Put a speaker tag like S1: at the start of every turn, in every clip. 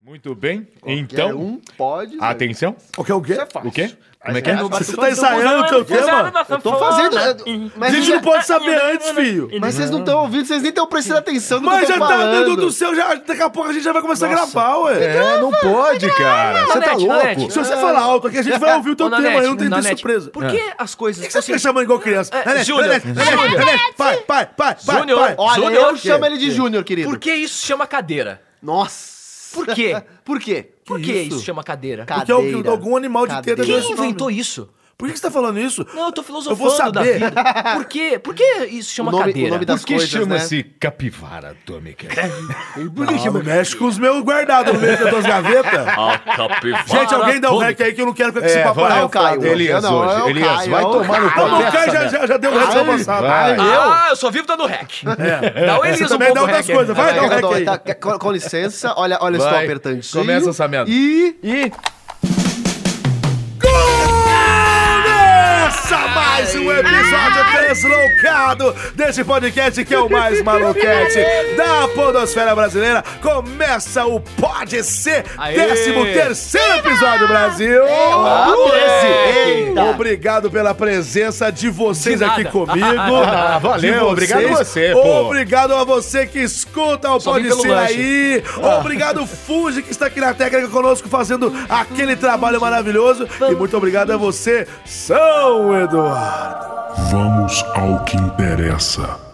S1: Muito bem.
S2: Qualquer
S1: então,
S2: um pode. né?
S1: atenção.
S3: O que é o quê?
S2: Isso é fácil.
S1: O quê? Como é que é?
S2: Mas-
S3: Você tá ensaiando o teu
S4: tá
S3: tema?
S2: Eu tô fazendo. né?
S3: A
S2: Mas,
S3: gente não pode saber antes, filho.
S2: né? mas vocês não estão ouvindo, vocês nem estão prestando atenção no que
S3: Mas
S2: eu
S3: já
S2: tô
S3: tá
S2: falando.
S3: dentro do seu, já, daqui a pouco a gente já vai começar a
S2: Nossa.
S3: gravar, ué.
S1: É, não pode, cara.
S2: Você tá
S5: Nanete, Nanete.
S2: louco?
S3: Se você falar alto aqui, a gente vai ouvir o teu
S5: Ô,
S3: tema,
S5: Nanete,
S3: eu não tenho que ter
S5: Nanete,
S3: surpresa.
S5: Por que as coisas.
S3: Ah. Por que você tá fica chamando igual criança?
S5: É,
S3: Nanete,
S5: Júnior.
S3: Nanete, Nanete, Nanete, pai, pai, pai, pai,
S5: Júnior,
S3: pai.
S2: Olha,
S5: Júnior,
S2: eu chamo é ele
S1: É.
S2: de Júnior, querido.
S5: Por que isso chama cadeira?
S2: Nossa.
S5: Por quê?
S2: Por quê?
S5: Por que isso chama cadeira?
S3: Porque algum- algum animal de
S2: Cadeira.
S3: teta deu esse
S5: Quem
S3: nome.
S5: inventou isso?
S3: Por que você tá falando isso?
S5: Não, eu tô filosofando
S3: vou saber.
S5: da vida. Por que, por que isso chama
S2: O nome- o
S5: cadeira?
S2: nome da-
S1: Por
S2: das
S1: que
S3: né?
S2: coisas,
S1: chama-se capivara atômica?
S3: Por que que mexe com os meus guardados no meio das tuas gavetas? Gente, alguém dá um rec aí que eu não quero que esse
S1: É,
S3: papo
S1: vai-
S3: é
S2: é o Caio.
S3: foda.
S1: Elias
S2: Não,
S1: hoje.
S2: é o
S1: Elias,
S2: Caio,
S1: vai
S2: é o
S1: tomar no
S2: Caio.
S1: cu
S3: Não, o
S1: dessa,
S3: Caio já,
S1: velho.
S3: já, já deu um o rec
S2: Ai,
S3: semana passada.
S1: vai.
S5: Ah, eu só vivo dando rec. Dá o
S3: É. Você
S5: Elias um
S3: também
S5: pouco
S3: dá outras
S5: rec aí.
S3: coisas, vai
S2: Vai,
S3: dar um
S2: vai,
S3: rec
S2: vai,
S3: aí.
S2: tá, com, com licença, olha, olha, eu estou
S1: Vai.
S2: apertandinho.
S1: Começa essa merda.
S2: E
S1: Ih,
S3: Começa mais um episódio deslocado desse podcast que é o mais maluquete da podosfera brasileira. Começa o Pode Ser,
S5: Aê!
S3: 13 terceiro episódio, Brasil!
S2: Ah,
S3: Uh!
S2: moleque! Eita!
S3: Obrigado pela presença de vocês
S5: De nada.
S3: aqui comigo.
S1: Ah, valeu,
S3: De
S1: obrigado a você, pô.
S3: Obrigado a você que escuta o
S5: Só vim
S3: Pode
S5: pelo
S3: Ser
S5: lanche.
S3: aí.
S1: Ah.
S3: Obrigado, Fuji, que está aqui na técnica conosco fazendo aquele trabalho maravilhoso. E muito obrigado a você, São Eduardo.
S6: Vamos ao que interessa.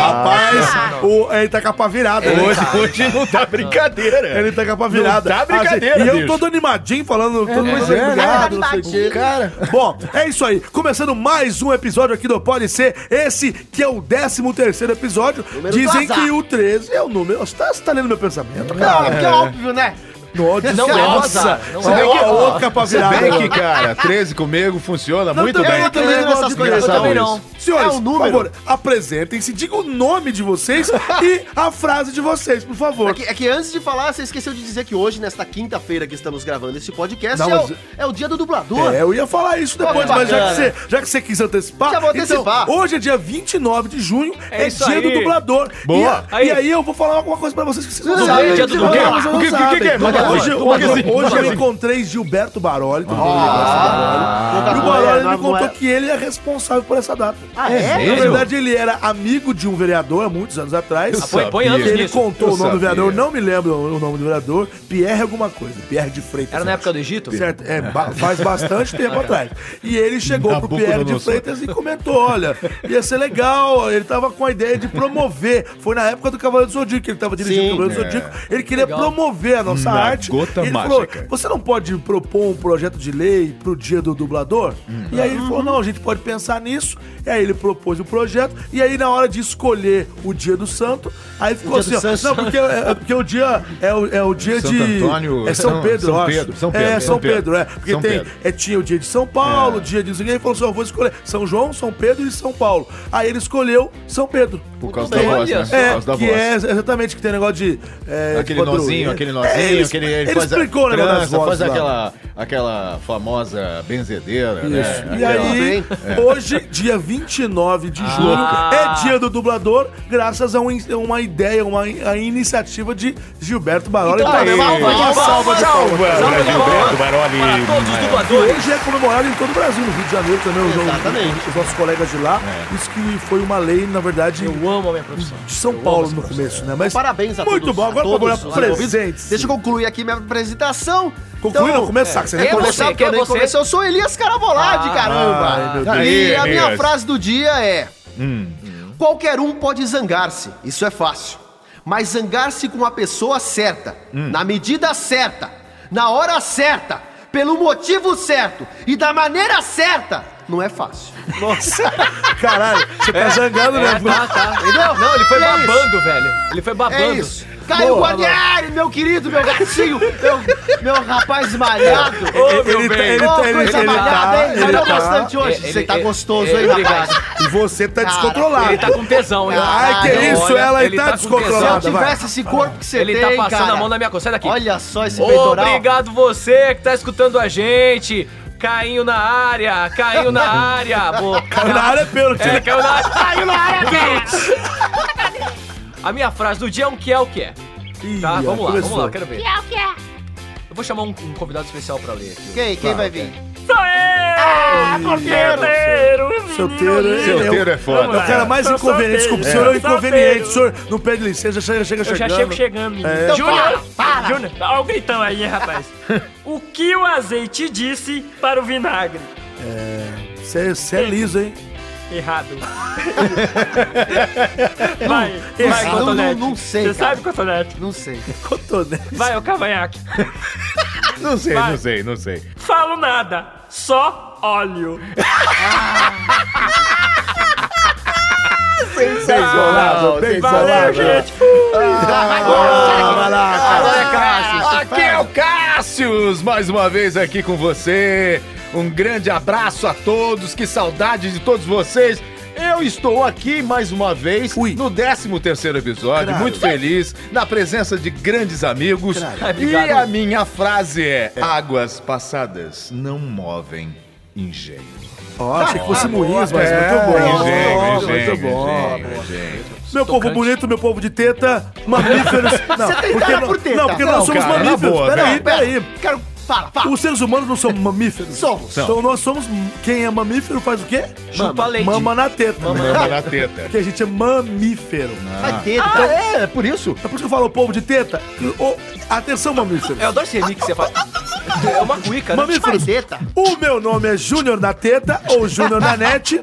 S3: Rapaz, o, ele tá capa virada. né?
S1: É. hoje, hoje não dá brincadeira. né?
S3: Ele tá capa virada.
S1: Não tá brincadeira,
S3: Ah, gente, E eu
S1: bicho.
S3: todo animadinho falando. todo
S2: pois
S3: mundo
S2: é, né?
S3: obrigado, não sei o quê.
S2: Cara.
S3: Bom, é isso aí. Começando mais um episódio aqui do Pode Ser. Esse que é o 13 terceiro episódio.
S2: Número
S3: Dizem
S2: do azar.
S3: que o 13 é o número. Você tá, você tá lendo meu pensamento, cara?
S2: Não, é porque é óbvio, né?
S3: Nossa,
S5: Não é do azar, não
S3: você
S5: é
S3: vê
S5: do
S3: que é
S5: azar.
S3: louca pra
S1: Você
S3: virar.
S1: vê que, é cara, 13 comigo funciona
S3: Não,
S1: muito
S3: também
S1: bem.
S3: eu também
S2: Eu
S3: gosto
S2: essas
S3: de
S2: coisas,
S3: pensar
S2: não.
S3: nisso.
S5: não.
S3: Senhores,
S2: É um número.
S3: por favor, apresentem-se, digam o nome de vocês e a frase de vocês, por favor.
S2: É que, é que antes de falar, você esqueceu de dizer que hoje, nesta quinta-feira que estamos gravando esse podcast,
S3: Não,
S2: é,
S3: mas-
S2: o, é o dia do dublador.
S3: É, eu ia falar isso depois,
S2: Olha,
S3: mas já que,
S2: bacana.
S3: você, já que você quis antecipar,
S2: Já vou antecipar.
S3: Então, hoje é dia 29 de junho,
S5: É
S3: é,
S5: isso
S3: dia
S5: aí.
S3: do dublador.
S1: Boa.
S3: E, a- e aí eu vou falar alguma coisa pra vocês que vocês não
S2: Tudo
S3: sabem.
S5: bem, dia do
S3: Não,
S5: dublador.
S3: vocês não
S1: O que- o que-
S3: sabem.
S1: que é?
S3: Hoje-
S1: Magazine,
S3: Hoje, hoje,
S1: magazine,
S3: hoje eu
S1: magazine.
S3: encontrei Gilberto Baroli, do dublador
S2: Ah,
S3: Baroli. E o Baroli
S2: não é-
S3: me
S2: não é-
S3: contou que ele é responsável por essa data.
S2: Ah, é?
S3: Na
S1: mesmo?
S3: verdade, ele era amigo de um vereador há muitos anos atrás.
S1: Eu
S5: Ah, Põe, põe
S1: sabia.
S5: anos
S3: Ele
S5: nisso.
S3: contou
S1: Eu
S3: o nome do vereador, eu
S1: sabia.
S3: não me lembro o nome do vereador. Pierre alguma coisa, Pierre de Freitas.
S5: Era na
S3: eu
S5: época
S3: acho.
S5: do Egito? Tá
S3: Certo, é, ba- faz bastante tempo atrás. E ele chegou pro
S1: Nabucodonosor.
S3: Pierre de Freitas e comentou: olha, ia ser legal, ele tava com a ideia de promover. Foi na época do Cavaleiro do Zodíaco que ele tava dirigindo
S2: Sim.
S3: o Cavaleiro do
S1: É.
S3: Zodíaco. Ele queria promover a nossa
S1: Na
S3: arte.
S1: gota
S3: ele
S1: mágica.
S3: falou: você não pode propor um projeto de lei pro dia do dublador? E aí ele falou: não, a gente pode pensar nisso. E aí ele propôs o projeto. E aí, na hora de escolher o dia do santo, aí ficou
S2: dia do
S3: assim: ó,
S2: Sancho.
S3: não, porque, é, é porque o dia é o, é o dia
S1: Santo
S3: de.
S1: Antônio,
S3: é São
S1: São-
S3: Pedro,
S1: São
S3: eu acho.
S1: Pedro, São
S3: É,
S1: Pedro,
S3: São
S1: São
S3: Pedro,
S1: Pedro.
S3: é. Porque
S1: São
S3: tem,
S1: Pedro. É.
S3: é, tinha o dia de São Paulo, o dia de não sei o quê, ele falou assim: eu vou escolher São João, São Pedro e São Paulo. Aí ele escolheu São Pedro.
S1: Por causa da
S5: Muito bem,
S1: voz, né?
S5: olha
S1: Por
S5: só.
S3: É,
S1: causa da
S3: que
S1: voz.
S3: é exatamente que tem negócio de. é,
S1: Aquele
S3: quadro-
S1: nozinho, aquele
S3: É,
S1: nozinho,
S3: ele,
S1: aquele.
S3: Ele,
S1: faz a
S3: explicou o negócio das
S1: trança,
S3: vozes.
S1: Faz
S3: lá.
S1: aquela, aquela famosa benzedeira,
S3: Isso.
S1: né?
S3: E
S1: Aquela-
S3: aí, hoje, dia 29 de julho,
S5: Ah.
S3: é dia do dublador, graças a um in- uma ideia, uma in- a iniciativa de Gilberto Baroli.
S5: Então,
S3: Parabéns.
S5: salva de
S3: uma
S5: palmas.
S3: salva de palmas. é
S5: Salva de palmas para todos os
S3: E
S5: dubladores.
S3: hoje é comemorado em todo o Brasil, no Rio de Janeiro também, os,
S2: Exatamente.
S3: os, os nossos colegas de lá. Isso que foi uma lei, na verdade,
S5: É. Eu amo a minha profissão.
S3: de São Paulo no começo, né? Mas
S2: Parabéns a
S3: Muito
S2: todos.
S3: bom, agora
S2: a todos
S3: vamos
S2: os
S3: olhar
S2: envolvidos.
S3: presentes.
S2: Deixa eu concluir aqui minha apresentação. Então,
S3: Conclui, não, começa, saco, você nem
S2: quer
S5: começou.
S2: começar, porque
S5: Quem é
S2: eu nem
S5: você?
S2: comecei. Eu sou Elias Carabolade,
S5: Ah,
S3: ai, meu
S2: caramba.
S3: Deus.
S2: e a
S1: Aí,
S2: minha
S1: Elias.
S2: frase do dia é...
S1: Hum.
S2: Qualquer um pode zangar-se, isso é fácil. Mas zangar-se com a pessoa certa,
S5: Hum.
S2: na medida certa, na hora certa, pelo motivo certo e da maneira certa, não é fácil.
S3: Nossa, caralho, você tá zangado, né?
S5: É, tá, tá.
S2: Entendeu?
S5: Não, ele foi
S2: É isso.
S5: babando, velho. Ele foi babando.
S2: É isso. Caio
S3: Boa.
S2: Guarnieri, meu querido, meu gatinho, meu, meu rapaz malhado.
S5: Ô, meu
S3: Ele tá,
S5: bem.
S3: ele
S2: Ô,
S3: tá, ele,
S2: coisa
S3: ele
S2: malhada,
S3: tá,
S2: hein?
S3: ele
S2: Saiu
S3: tá.
S2: bastante hoje.
S5: É, ele-
S2: Você tá
S5: é-
S2: gostoso,
S5: é,
S2: hein, rapaz?
S5: obrigado.
S3: E você tá
S2: Cara,
S3: descontrolado.
S5: Ele tá com tesão, hein?
S3: Ai, que
S5: Olha,
S3: isso, ela aí tá
S5: com tesão.
S2: Se eu
S3: descontrolada. vai.
S2: tivesse esse corpo que você
S5: Ele
S2: tem,
S5: tá passando
S2: cara,
S5: a mão na minha costa. Sai daqui.
S2: Olha só esse peitoral.
S5: Obrigado você que tá escutando a gente. Caiu na área, caiu na área. Boa.
S3: Caiu na área é pênalti.
S5: É,
S3: né?
S5: caiu na área. Caiu na área, gente. A minha frase do dia é um que é o que é. Tá,
S3: Ih,
S5: vamos lá, vamos
S3: começou.
S5: lá, quero ver.
S7: é?
S5: Eu vou chamar um, um convidado especial pra ler aqui.
S2: Quem? Quem vai vir?
S5: Sou
S2: Ah!
S5: eu! Cordeiro!
S3: Seu teiro, hein?
S1: Seu
S3: Ele
S1: teiro é
S3: é o- é
S1: foda.
S3: o cara mais
S5: Sou
S3: inconveniente.
S5: solteiro.
S3: Desculpa, o senhor é, o
S5: É.
S3: inconveniente. O
S5: Solteiro.
S3: senhor não pede licença, já chega, chega
S4: Eu já
S3: chegando.
S4: chego chegando, menino.
S2: Então
S3: É.
S4: Júnior, Júnior, olha o gritão aí, hein, rapaz. o que o azeite disse para o vinagre?
S3: Você você é liso, hein?
S4: Errado. vai, vai,
S2: não-
S4: Cotonete.
S2: não- não sei,
S4: Você
S2: cara.
S4: sabe, Cotonete?
S2: Não sei.
S3: Cotonete.
S4: Vai, ô cavanhaque.
S1: Não sei,
S4: Vai.
S1: não sei, não sei.
S4: Falo nada, só óleo.
S3: Sensacional,
S4: Valeu, gente.
S3: Vai lá, cara.
S1: Aqui é o Cássius, mais uma vez aqui com você. Um grande abraço a todos, que saudade de todos vocês. Eu estou aqui mais uma vez
S3: Ui.
S1: no 13 terceiro episódio,
S3: Claro.
S1: muito feliz, na presença de grandes amigos. E
S5: Obrigado.
S1: a minha frase é: águas passadas não movem engenho.
S3: Ó, achei que fosse moinhos, mas
S1: é. engenho,
S3: muito bom.
S1: engenho,
S3: Muito bom.
S1: engenho, engenho.
S3: Meu povo bonito, meu povo de teta, mamíferos. Não,
S2: Você tem
S3: porque
S2: teta
S3: não-
S2: por teta.
S3: Não, porque nós
S1: Não,
S3: somos
S1: cara, na
S3: mamíferos.
S1: boa,
S3: Peraí,
S1: velho.
S3: peraí.
S2: Quero. Fala, fala.
S3: Os seres humanos não são mamíferos?
S2: Somos.
S3: Então nós somos. Quem é mamífero faz o quê?
S5: Chupa leite.
S3: Mama na teta.
S1: Mama na teta.
S3: Porque a gente é mamífero.
S2: Vai ter.
S3: Então, é, é por isso. É por isso que eu falo povo de teta. Ô, atenção, mamíferos.
S5: É, Eu adoro esse remix que você faz. É uma cuica, né?
S3: Mamíferos.
S2: teta.
S3: O meu nome é Júnior da Teta ou Júnior da Net.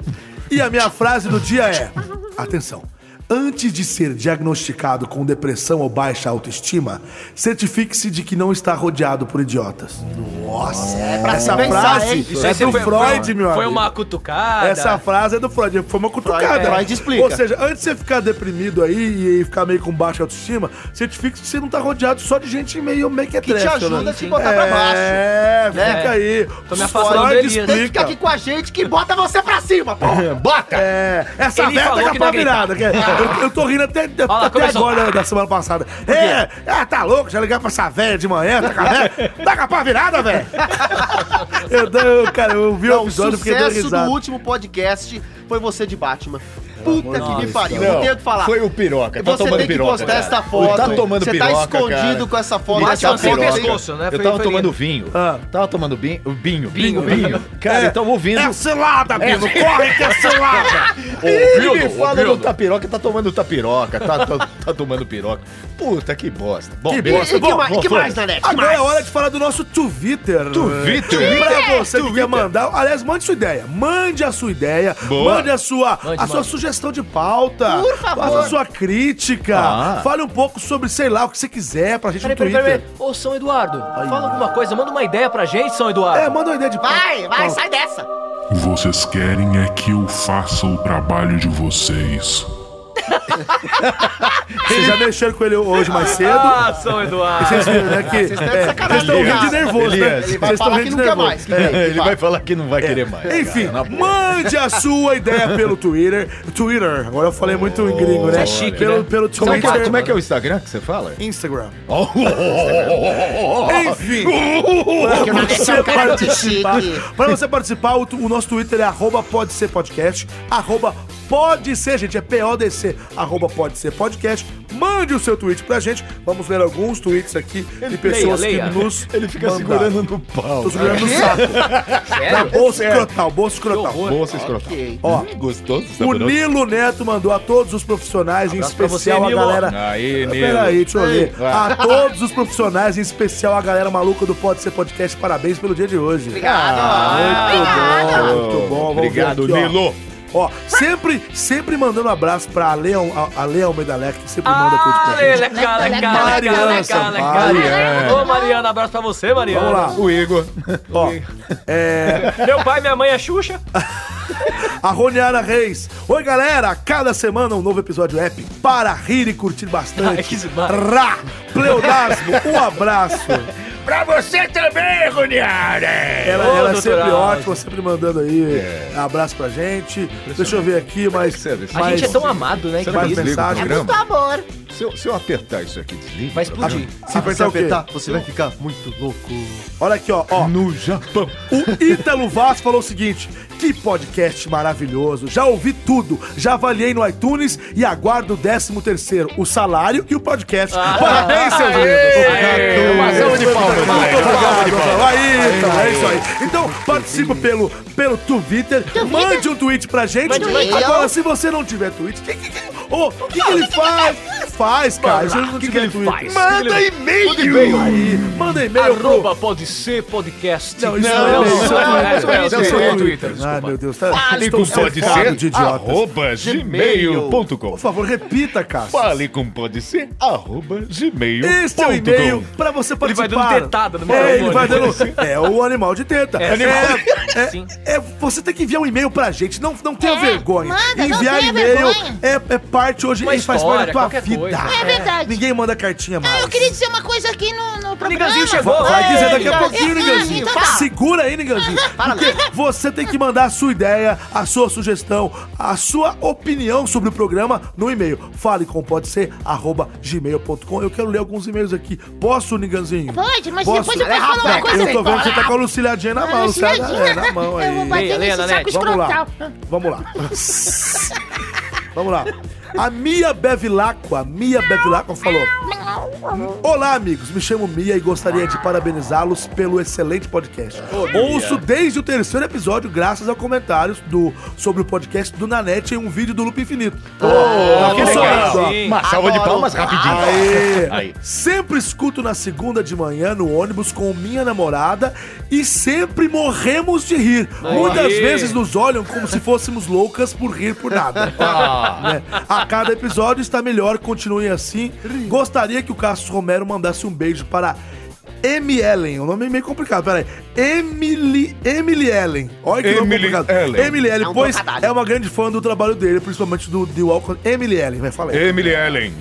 S3: E a minha frase do dia é: Atenção. Antes de ser diagnosticado com depressão ou baixa autoestima, certifique-se de que não está rodeado por idiotas. Nossa, é
S2: pra
S3: essa
S2: se pensar,
S3: frase
S2: hein?
S3: é do
S5: foi-
S3: Freud,
S5: foi,
S3: meu
S5: Foi
S3: amigo.
S5: uma cutucada.
S3: Essa frase é do Freud, foi uma cutucada.
S2: Ah, Freud- é. Freud explica.
S3: Ou seja, antes de você ficar deprimido aí e ficar meio com baixa autoestima, certifique-se que você não tá rodeado só de gente meio
S2: Que
S3: mequetrefe. né?
S2: te ajuda a te botar pra baixo.
S3: É,
S2: né?
S3: fica aí.
S5: Tô me afastando
S3: Freud
S5: deles, né?
S2: Tem que ficar aqui com a gente que bota você pra cima, pô. Bota!
S3: É, essa
S5: Ele
S3: aberta
S5: falou
S3: com a
S5: que não ia
S3: pá virada. que é- Eu, eu tô rindo até,
S5: lá,
S3: até
S5: começou.
S3: agora né, da- da semana passada. É, ah, tá louco? Já ligar pra essa velha de manhã, tá com a véia? Tá com a pá virada, velho? eu, dou- eu, cara, eu vi o
S2: Não, o
S3: episódio e fiquei dando
S2: É um sucesso do
S3: risada.
S2: último podcast foi você de Batman. Puta que me pariu,
S1: Não,
S2: não tenho o que falar.
S1: Foi o
S3: É
S1: piroca, tá
S2: você
S1: tomando
S2: tem que
S1: piroca.
S2: postar
S1: cara.
S2: essa foto.
S1: Tá tomando
S2: Você tá
S1: piroca,
S2: escondido
S1: cara.
S2: com essa foto. é
S1: Vira
S5: Bate
S1: essa
S5: no seu
S1: piroca.
S5: pescoço, né?
S1: Eu
S5: Foi-
S1: tava
S5: foi
S1: tomando
S5: lindo.
S1: vinho.
S3: Ah.
S1: Tava tomando bin- binho.
S5: Binho, binho.
S1: Cara, então ouvindo.
S3: É cilada, Bino, corre que é cilada!
S1: Ele me
S5: Bildo, ô,
S1: fala do
S5: Bildo.
S1: tapiroca, tá tomando tapiroca, tá, tá, tá tomando piroca. Puta que bosta. Bom,
S3: Que
S1: beleza.
S2: E, e que,
S1: Bom,
S2: mais,
S1: bom,
S2: que mais,
S1: foda-se.
S2: Nanete? Que
S3: Agora é
S2: mais?
S3: hora de falar do nosso Twitter.
S1: Twitter.
S3: Pra você que
S1: Twitter.
S3: quer mandar. Aliás, mande sua ideia. Mande a sua ideia.
S1: Boa.
S3: Mande a sua,
S5: Mande,
S3: a sua
S5: mande.
S3: sugestão de pauta.
S2: Por favor.
S3: Faça a sua crítica.
S1: Ah.
S3: Fale um pouco sobre, sei lá, o que você quiser pra gente
S5: Peraí,
S3: no
S5: peraí,
S3: Twitter.
S5: peraí. Ô, São Eduardo, fala alguma coisa, manda uma ideia pra gente, São Eduardo.
S3: É, manda uma ideia de pauta.
S2: Vai, vai,
S3: Pauta.
S2: sai dessa.
S6: Vocês querem é que eu faça o trabalho de vocês.
S3: Vocês já mexeram com ele hoje mais cedo.
S5: Ah, São Eduardo.
S3: é Vocês viram, né? Que,
S2: estão de
S3: é,
S2: sacanagem,
S3: vocês estão rindo de
S2: Elias.
S3: nervoso, né?
S1: Elias.
S2: Ele
S3: Vocês
S2: vai
S3: estão
S2: falar
S3: rindo
S2: que
S3: de
S2: não quer
S3: nervoso. É,
S2: mais. que vem,
S1: É, Ele
S2: que
S1: vai falar que não vai querer mais.
S3: Enfim,
S1: cara, na boa.
S3: mande a sua ideia pelo Twitter. Twitter. Agora eu falei muito em gringo, né?
S5: É chique,
S3: pelo,
S5: né?
S3: pelo
S1: Como é, que é,
S3: Twitter.
S1: como é que é o Instagram que você fala?
S3: Instagram.
S1: Oh,
S3: Enfim.
S2: Porque o
S3: Pra
S2: Nanete é
S3: você
S2: um cara muito
S3: participar,
S2: chique.
S3: pra você participar, o, tu- o nosso Twitter é arroba pode ser podcast, arroba pode ser, gente, é PODC, arroba pode ser podcast. Mande o seu tweet pra gente, vamos ler alguns tweets aqui de pessoas
S5: leia, leia.
S3: que nos
S1: Ele fica
S3: mandaram.
S1: segurando no pau.
S3: Tô segurando no saco. Na
S5: Sério?
S3: bolsa escrotal, bolsa escrotal.
S5: horror.
S1: Bolsa escrotal.
S2: Ok.
S1: Ó, gostoso.
S3: O
S1: saboroso.
S3: Nilo Neto mandou a todos os profissionais, em
S5: Abraço pra
S3: especial
S5: você,
S3: a
S5: Nilo.
S3: galera.
S1: Aí, Nilo.
S3: Peraí, deixa eu Ah, ler.
S1: vai.
S3: A todos os profissionais, em especial a galera maluca do Pode Ser Podcast, parabéns pelo dia de hoje.
S2: Obrigado.
S1: Ah,
S3: Muito bom, vamos ver
S1: Obrigado,
S3: aqui, ó.
S1: Nilo.
S3: Ó, sempre, sempre mandando um abraço pra Leon, a, a Leon Medalec, que sempre
S5: Ah,
S3: manda tudo pra gente.
S5: Olha, cara, cara, cara,
S3: Mariana,
S5: cara, cara.
S1: Mariana.
S5: Ô, Mariana, abraço pra você, Mariana.
S3: Vamos lá.
S1: O Igor.
S3: Ó, é,
S5: Meu pai, minha mãe é Xuxa.
S3: a Roniara Reis. Oi, galera. Cada semana um novo episódio épico para rir e curtir bastante.
S5: Ai, que demais.
S3: Rá, pleonasmo, um abraço.
S1: Pra você também, Runiara.
S3: Ela,
S5: Ô,
S3: ela é
S5: doutor
S3: sempre
S5: Aldo.
S3: ótima, sempre mandando aí abraço pra gente. Deixa eu ver aqui, mas...
S1: Sério, isso
S5: A gente é
S3: mas-
S5: tão amado, né?
S1: Você
S5: Que
S1: não
S3: mais
S1: desliga
S5: isso.
S1: o
S3: mensagem. né?
S1: programa?
S2: É amor.
S1: Se eu, se eu apertar isso aqui, desliga.
S5: Vai explodir.
S2: Se você
S3: o quê?
S2: apertar, você vai ficar muito louco.
S3: Olha aqui, ó. ó.
S1: No Japão.
S3: O Ítalo Vaz falou o seguinte: que podcast maravilhoso. Já ouvi tudo, já avaliei no iTunes e aguardo o 13 terceiro, o salário e o podcast. Parabéns, seus
S1: Aê! É, Uma salva de palmas, moleque.
S3: Muito obrigado, Ítalo. Aí, Ítalo, é isso aí. Então, participe pelo, pelo Twitter, mande um tweet pra gente. Agora, se você não tiver tweet, o que, que, que- ô, que que ele faz? Faz, cara. Se ele não
S5: que que
S3: tiver
S5: ele
S3: tweet,
S5: faz?
S1: Manda e-mail.
S3: aí, manda e-mail pro
S5: Arroba pode ser podcast.
S3: Não, isso
S1: Não, não,
S3: não, isso
S1: não,
S3: não,
S1: é,
S3: isso não,
S1: é,
S3: isso
S1: é,
S3: não,
S1: é,
S3: isso
S1: é
S3: não.
S5: Twitter,
S3: Ah,
S5: desculpa.
S3: meu Deus, tá.
S1: Fale
S3: estou
S1: com pode
S3: cercado
S1: ser,
S3: de idiotas.
S1: arroba gmail.com.
S3: Por favor, repita, Cássio.
S1: Fale com pode ser, arroba gmail.com.
S3: Este é o e-mail pra você participar.
S5: vai dando tetada no
S3: É, ele
S5: microfone.
S3: vai dando... É o animal de teta. É,
S5: animal- Sim.
S3: é, é- você tem que enviar um e-mail pra gente. Não, não tenha
S7: É,
S3: vergonha.
S7: manda, não
S3: enviar
S7: tenha
S3: e-mail
S7: vergonha.
S3: é, é parte hoje,
S5: Uma
S3: ele faz parte da
S5: história,
S3: tua
S5: qualquer
S3: vida.
S5: coisa. né?
S7: É verdade.
S3: Ninguém manda cartinha mais.
S7: Ah, eu queria dizer uma coisa aqui no, no programa.
S5: Niganzinho chegou.
S3: Vai
S5: Ei,
S3: dizer daqui a
S7: Niganzinho.
S3: pouquinho,
S7: Ah,
S3: Niganzinho.
S7: então tá.
S3: Segura aí, Niganzinho. Porque você tem que mandar a sua ideia, a sua sugestão, a sua opinião sobre o programa no e-mail. Fale com pode ser arroba gmail.com. Eu quero ler alguns e-mails aqui. Posso, Niganzinho?
S7: Pode, mas
S3: Posso?
S7: depois eu
S3: É
S7: posso falar uma
S3: rápido.
S7: coisa.
S3: Eu tô vendo que você tá com a lucilhadinha na mão. Lucilhadinha é, na mão aí.
S7: Ah, Eu vou
S5: Leia, leia,
S7: bater nesse saco
S5: Nanete,
S3: Vamos lá.
S7: escrotal.
S3: Vamos lá. Vamos lá. A Mia Bevilacqua, Mia Bevilacqua falou... Olá, amigos. Me chamo Mia e gostaria de parabenizá-los pelo excelente podcast. Ouço desde o terceiro episódio, graças a comentários do, sobre o podcast do Nanete em um vídeo do Loop Infinito. Tá
S1: Ah, que
S3: Tô
S1: legal.
S3: sonhando, ó.
S5: Sim.
S1: Uma salva de
S2: Adoro.
S1: palmas rapidinho.
S3: Aê.
S1: Aí.
S3: Sempre escuto na segunda de manhã no ônibus com minha namorada e sempre morremos de rir. Muitas vezes nos olham como se fôssemos loucas por rir por nada.
S1: Ah.
S3: Né? A cada episódio está melhor, continuem assim. Gostaria que o Cássio Romero mandasse um beijo para Emily Ellen. O nome é meio complicado, peraí. Emily, Emily Ellen. Olha que nome
S1: Emily
S3: complicado.
S1: Ellen.
S3: Emily Ellen,
S2: É um
S3: pois
S2: trocadilho.
S3: é uma grande fã do trabalho dele, principalmente do The Walker. Emily Ellen, vai falar.
S1: Emily Ellen.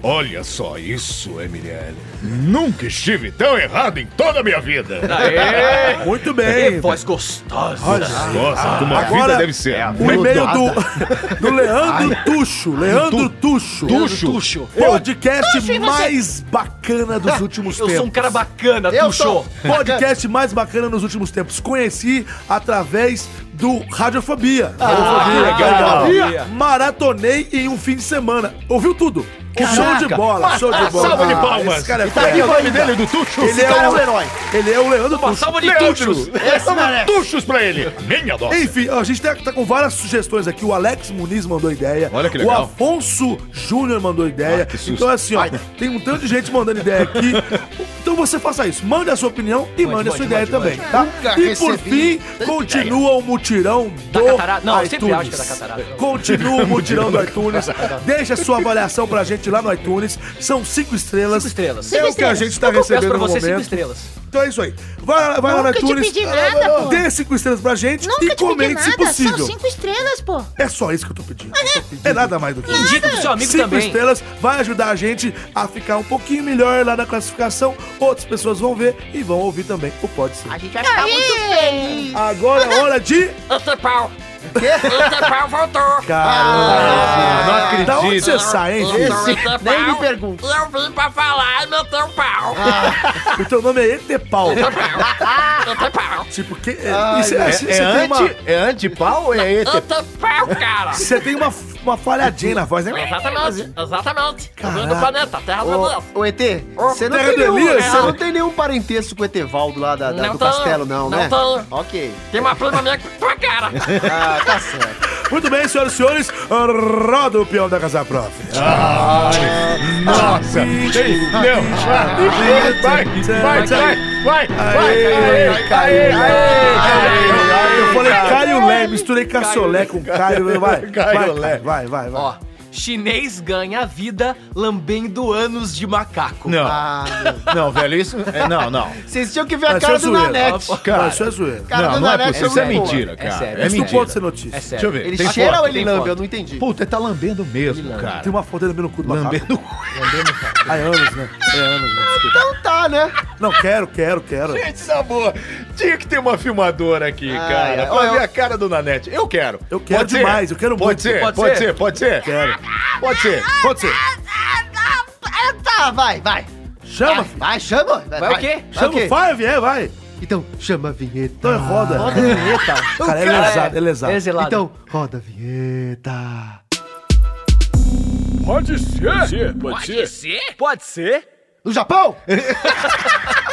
S1: Olha só isso, Emily Ellen. Nunca estive tão errado em toda a minha vida. É.
S5: Aê!
S3: Muito
S5: Que
S3: bem.
S5: voz gostosa.
S1: Nossa, como é a
S3: Agora-
S1: vida deve ser.
S3: O e-mail do, do Leandro Tuxo. Leandro Tuxo.
S1: Tuxo.
S5: Tuxo.
S3: Podcast
S7: Tuxo, e você?
S3: mais bacana dos últimos
S5: Eu
S3: tempos.
S5: sou um cara bacana,
S2: Eu
S5: Tuxo.
S2: sou.
S3: Podcast mais bacana nos últimos tempos. Conheci através do Radiofobia. Radiofobia,
S1: Ah, legal.
S3: Radiofobia. Maratonei em um fim de semana. Ouviu tudo? Show de bola, show de bola.
S1: Salva de
S3: Ah,
S1: palmas.
S3: Esse cara é
S1: E tá aqui o
S3: foda.
S1: nome dele, do Tuxo.
S3: Ele
S2: Esse cara é um
S3: o-
S2: herói.
S3: Ele é o Leandro
S5: Uma
S3: Tuxo.
S5: salva de
S1: Leandro.
S5: Tuxos.
S2: Essa merece.
S1: é Tuxos pra ele. Minha nossa.
S3: Enfim, ó, a gente tá, tá com várias sugestões aqui. O Alex Muniz mandou ideia.
S1: Olha que
S3: O
S1: legal.
S3: Afonso Júnior mandou ideia.
S1: Ah, que susto.
S3: então, assim, ó, tem um tanto de gente mandando ideia aqui. então você faça isso. Mande a sua opinião e mande, a sua
S5: mande,
S3: ideia
S5: mande,
S3: também,
S2: mande.
S3: tá?
S2: Nunca
S3: E por
S2: recebi
S3: fim, continua o mutirão
S5: Da
S3: do
S5: catarata? Não, eu
S3: iTunes.
S5: sempre acho que é da catarata.
S3: Continua o mutirão do iTunes. Deixa a sua avaliação pra gente lá no iTunes. São cinco estrelas.
S5: Cinco estrelas.
S3: É o que a gente tá
S5: Eu peço
S3: recebendo
S5: pra
S3: no
S5: você cinco
S3: momento.
S5: estrelas.
S3: Então é isso aí. Vai, lá- vai lá no
S7: Nunca te
S3: iTunes.
S7: pedi nada, pô.
S3: Dê cinco estrelas pra gente
S7: Nunca
S3: e
S7: te pedi
S3: comente
S7: nada.
S3: se possível.
S7: São cinco estrelas, pô.
S3: É só isso que eu tô pedindo. É nada mais do que isso.
S5: Indica pro seu amigo
S3: Cinco
S5: também.
S3: estrelas vai ajudar a gente a ficar um pouquinho melhor lá na classificação. Outras pessoas vão ver e vão ouvir também o Pode Ser.
S7: A gente vai ficar muito feliz.
S3: Agora é hora de...
S8: voltou.
S3: Caramba.
S1: não acredito.
S3: da onde você sai, hein, filho?
S2: Esse- nem me pergunte.
S8: Eu vim pra falar e meter um pau.
S3: O teu nome é Etepau.
S7: Ah,
S8: Meter pau.
S3: tipo, que...
S2: Ai,
S3: e cê- cê-
S1: É,
S3: cê
S1: é,
S3: tem uma-
S1: anti, é antipau ou é ET?
S8: Meter pau, cara.
S3: Você tem uma, uma falhadinha na voz, né?
S8: Exatamente, exatamente. Eu vim do
S3: Caraca.
S8: planeta, Terra do Deus.
S2: Ô, ô, ET, você não,
S3: Terra
S2: tem
S3: do
S2: nenhum,
S3: Elias,
S2: você
S3: cara.
S2: não tem nenhum parentesco com o Etevaldo lá da, da-
S3: é
S8: Não
S2: do
S8: tenho,
S2: castelo, não,
S8: não
S2: né?
S8: tenho.
S2: Ok.
S8: Tem uma prima minha que tua cara.
S2: Ah, tá certo.
S3: Muito bem, senhoras e senhores, roda o peão da Casa Prof.
S1: Nossa. Ei, Não. Vai, vai, vai, vai, vai,
S3: Aê,
S1: vai, vai, vai.
S3: Eu falei Caio Lé, misturei caçolé com Caio. Vai,
S1: Caio Lé.
S3: vai, vai, vai. vai.
S5: Ó, chinês ganha a vida lambendo anos de macaco.
S1: Não,
S2: Ah, meu.
S1: não, velho, isso... é, Não, não.
S2: Vocês tinham que ver a
S3: Mas
S2: cara
S3: isso é
S2: do
S3: zoeira.
S2: Nanete.
S1: Cara,
S3: Não, isso é zoeira.
S2: Cara
S1: não,
S2: do
S1: não é
S2: Nanete
S1: possível. Isso
S2: é
S1: é
S2: muito
S1: mentira,
S5: boa. É
S1: cara.
S5: sério.
S1: É
S3: Isso não pode ser
S1: mentira.
S3: notícia.
S5: É sério.
S1: Deixa eu ver.
S2: Ele
S1: tem
S2: cheira
S1: foto?
S2: ou ele
S5: tem
S2: lambe?
S5: foto.
S2: Eu não entendi.
S1: Puta, ele tá lambendo mesmo, cara.
S3: Tem uma foto dele no cu do macaco.
S1: Lambendo
S3: Há anos, né? É anos, né? Desculpa.
S2: Então tá, né?
S3: Não, quero, quero, quero.
S1: Gente, sabor. Tinha que ter uma filmadora aqui,
S2: Ah,
S1: cara.
S2: é.
S1: Pra
S2: Olha,
S1: ver
S2: eu-
S1: a cara do Nanete. Eu quero.
S3: Eu quero
S1: Pode ser?
S3: demais, eu quero
S1: Pode
S3: muito.
S1: ser,
S5: Pode
S1: pode
S5: ser?
S1: ser, pode ser.
S3: Quero.
S1: Pode ser.
S3: Pode ser.
S2: Ah, vai, vai.
S3: Chama,
S2: Vai,
S3: filho.
S2: vai, chama.
S5: Vai o quê?
S2: Vai
S3: Chama
S2: o quê?
S3: o Five, é, vai.
S2: Então, chama a vinheta.
S3: Então é roda.
S2: Roda a vinheta.
S3: Cara, é
S5: Cara,
S3: lesado, é lesado.
S5: é zelado.
S2: então, roda a vinheta.
S1: Pode ser.
S8: Pode ser?
S5: Pode ser?
S2: No Japão?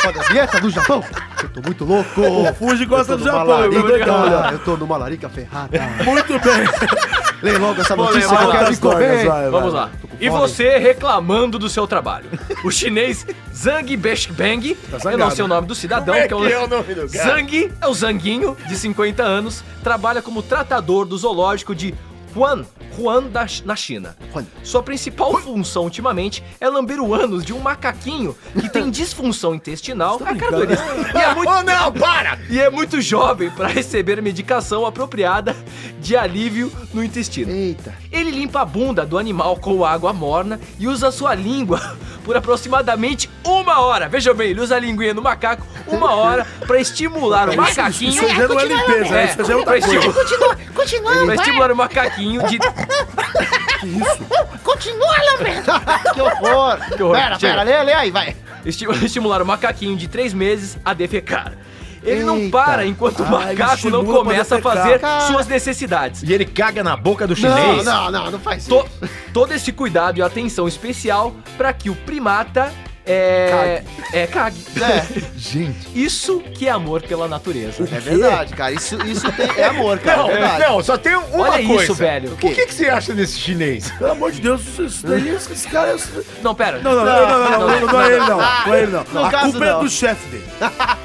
S2: roda a vinheta no Japão? Eu tô muito louco.
S3: O Fuji gosta
S2: Eu tô
S3: do
S2: numa
S3: Japão, eu vou
S2: larica-
S3: ligar.
S2: Eu tô numa larica ferrada.
S3: Muito bem.
S2: Lê logo essa
S5: Vou
S2: notícia
S5: ler,
S2: que Ah, eu
S5: vai
S2: quero
S5: lá.
S2: me comer.
S3: vai,
S5: Vamos
S3: vai.
S5: lá. E você reclamando do seu trabalho. O chinês Zhang Beshbang, eu não sei o nome do cidadão,
S1: Tá Como é
S5: que é o,
S1: que é o nome do cara?
S5: Zhang, é o Zanguinho, de 50 anos, trabalha como tratador do zoológico de Huan, Huan da, na China.
S2: Huan.
S5: Sua principal função ultimamente é lamber o ânus de um macaquinho que tem disfunção intestinal.
S1: tá
S5: A cara do Elis. E é muito
S1: Oh, não, para!
S5: e é muito jovem para receber medicação apropriada de alívio no intestino.
S2: Eita.
S5: Ele limpa a bunda do animal com água morna e usa sua língua por aproximadamente uma hora. Veja bem, ele usa a linguinha do macaco uma hora para estimular o macaquinho.
S3: Isso já não é
S7: continua,
S3: limpeza,
S5: é.
S3: isso já é
S5: Vai
S3: outra coisa.
S5: estimular-
S7: Continua, continua,
S5: Pra
S7: vai.
S5: estimular o macaquinho de.
S7: Uh, Continua, Lamberto.
S2: Que horror.
S5: Que horror.
S2: Pera,
S5: Chega.
S2: pera, lê, lê aí, vai.
S5: esti- estimular o macaquinho de três meses a defecar. Ele não
S2: Eita.
S5: para enquanto o
S3: Ah, ele
S5: macaco não
S3: estimula pra
S5: começa a
S3: defecar.
S5: fazer
S2: Cara.
S5: suas necessidades.
S1: E ele caga na boca do
S2: Não,
S1: chinês.
S2: não, não, não faz isso.
S5: to- todo esse cuidado e atenção especial para que o primata é é cague.
S2: É,
S1: Gente.
S5: Isso que é amor pela natureza.
S2: é verdade, cara. Isso, isso tem, é amor, cara.
S1: Não,
S2: é verdade.
S1: não, só tem uma
S5: Olha
S1: coisa.
S5: isso, velho.
S1: O que, que você acha desse chinês?
S3: Pelo amor de Deus, isso- isso daí, esses caras...
S5: Não, pera.
S3: Não, não, não, não, não, não, não, não é ele não, não é ele
S2: No
S3: não. A
S2: caso,
S3: culpa é
S2: não.
S3: do chefe dele.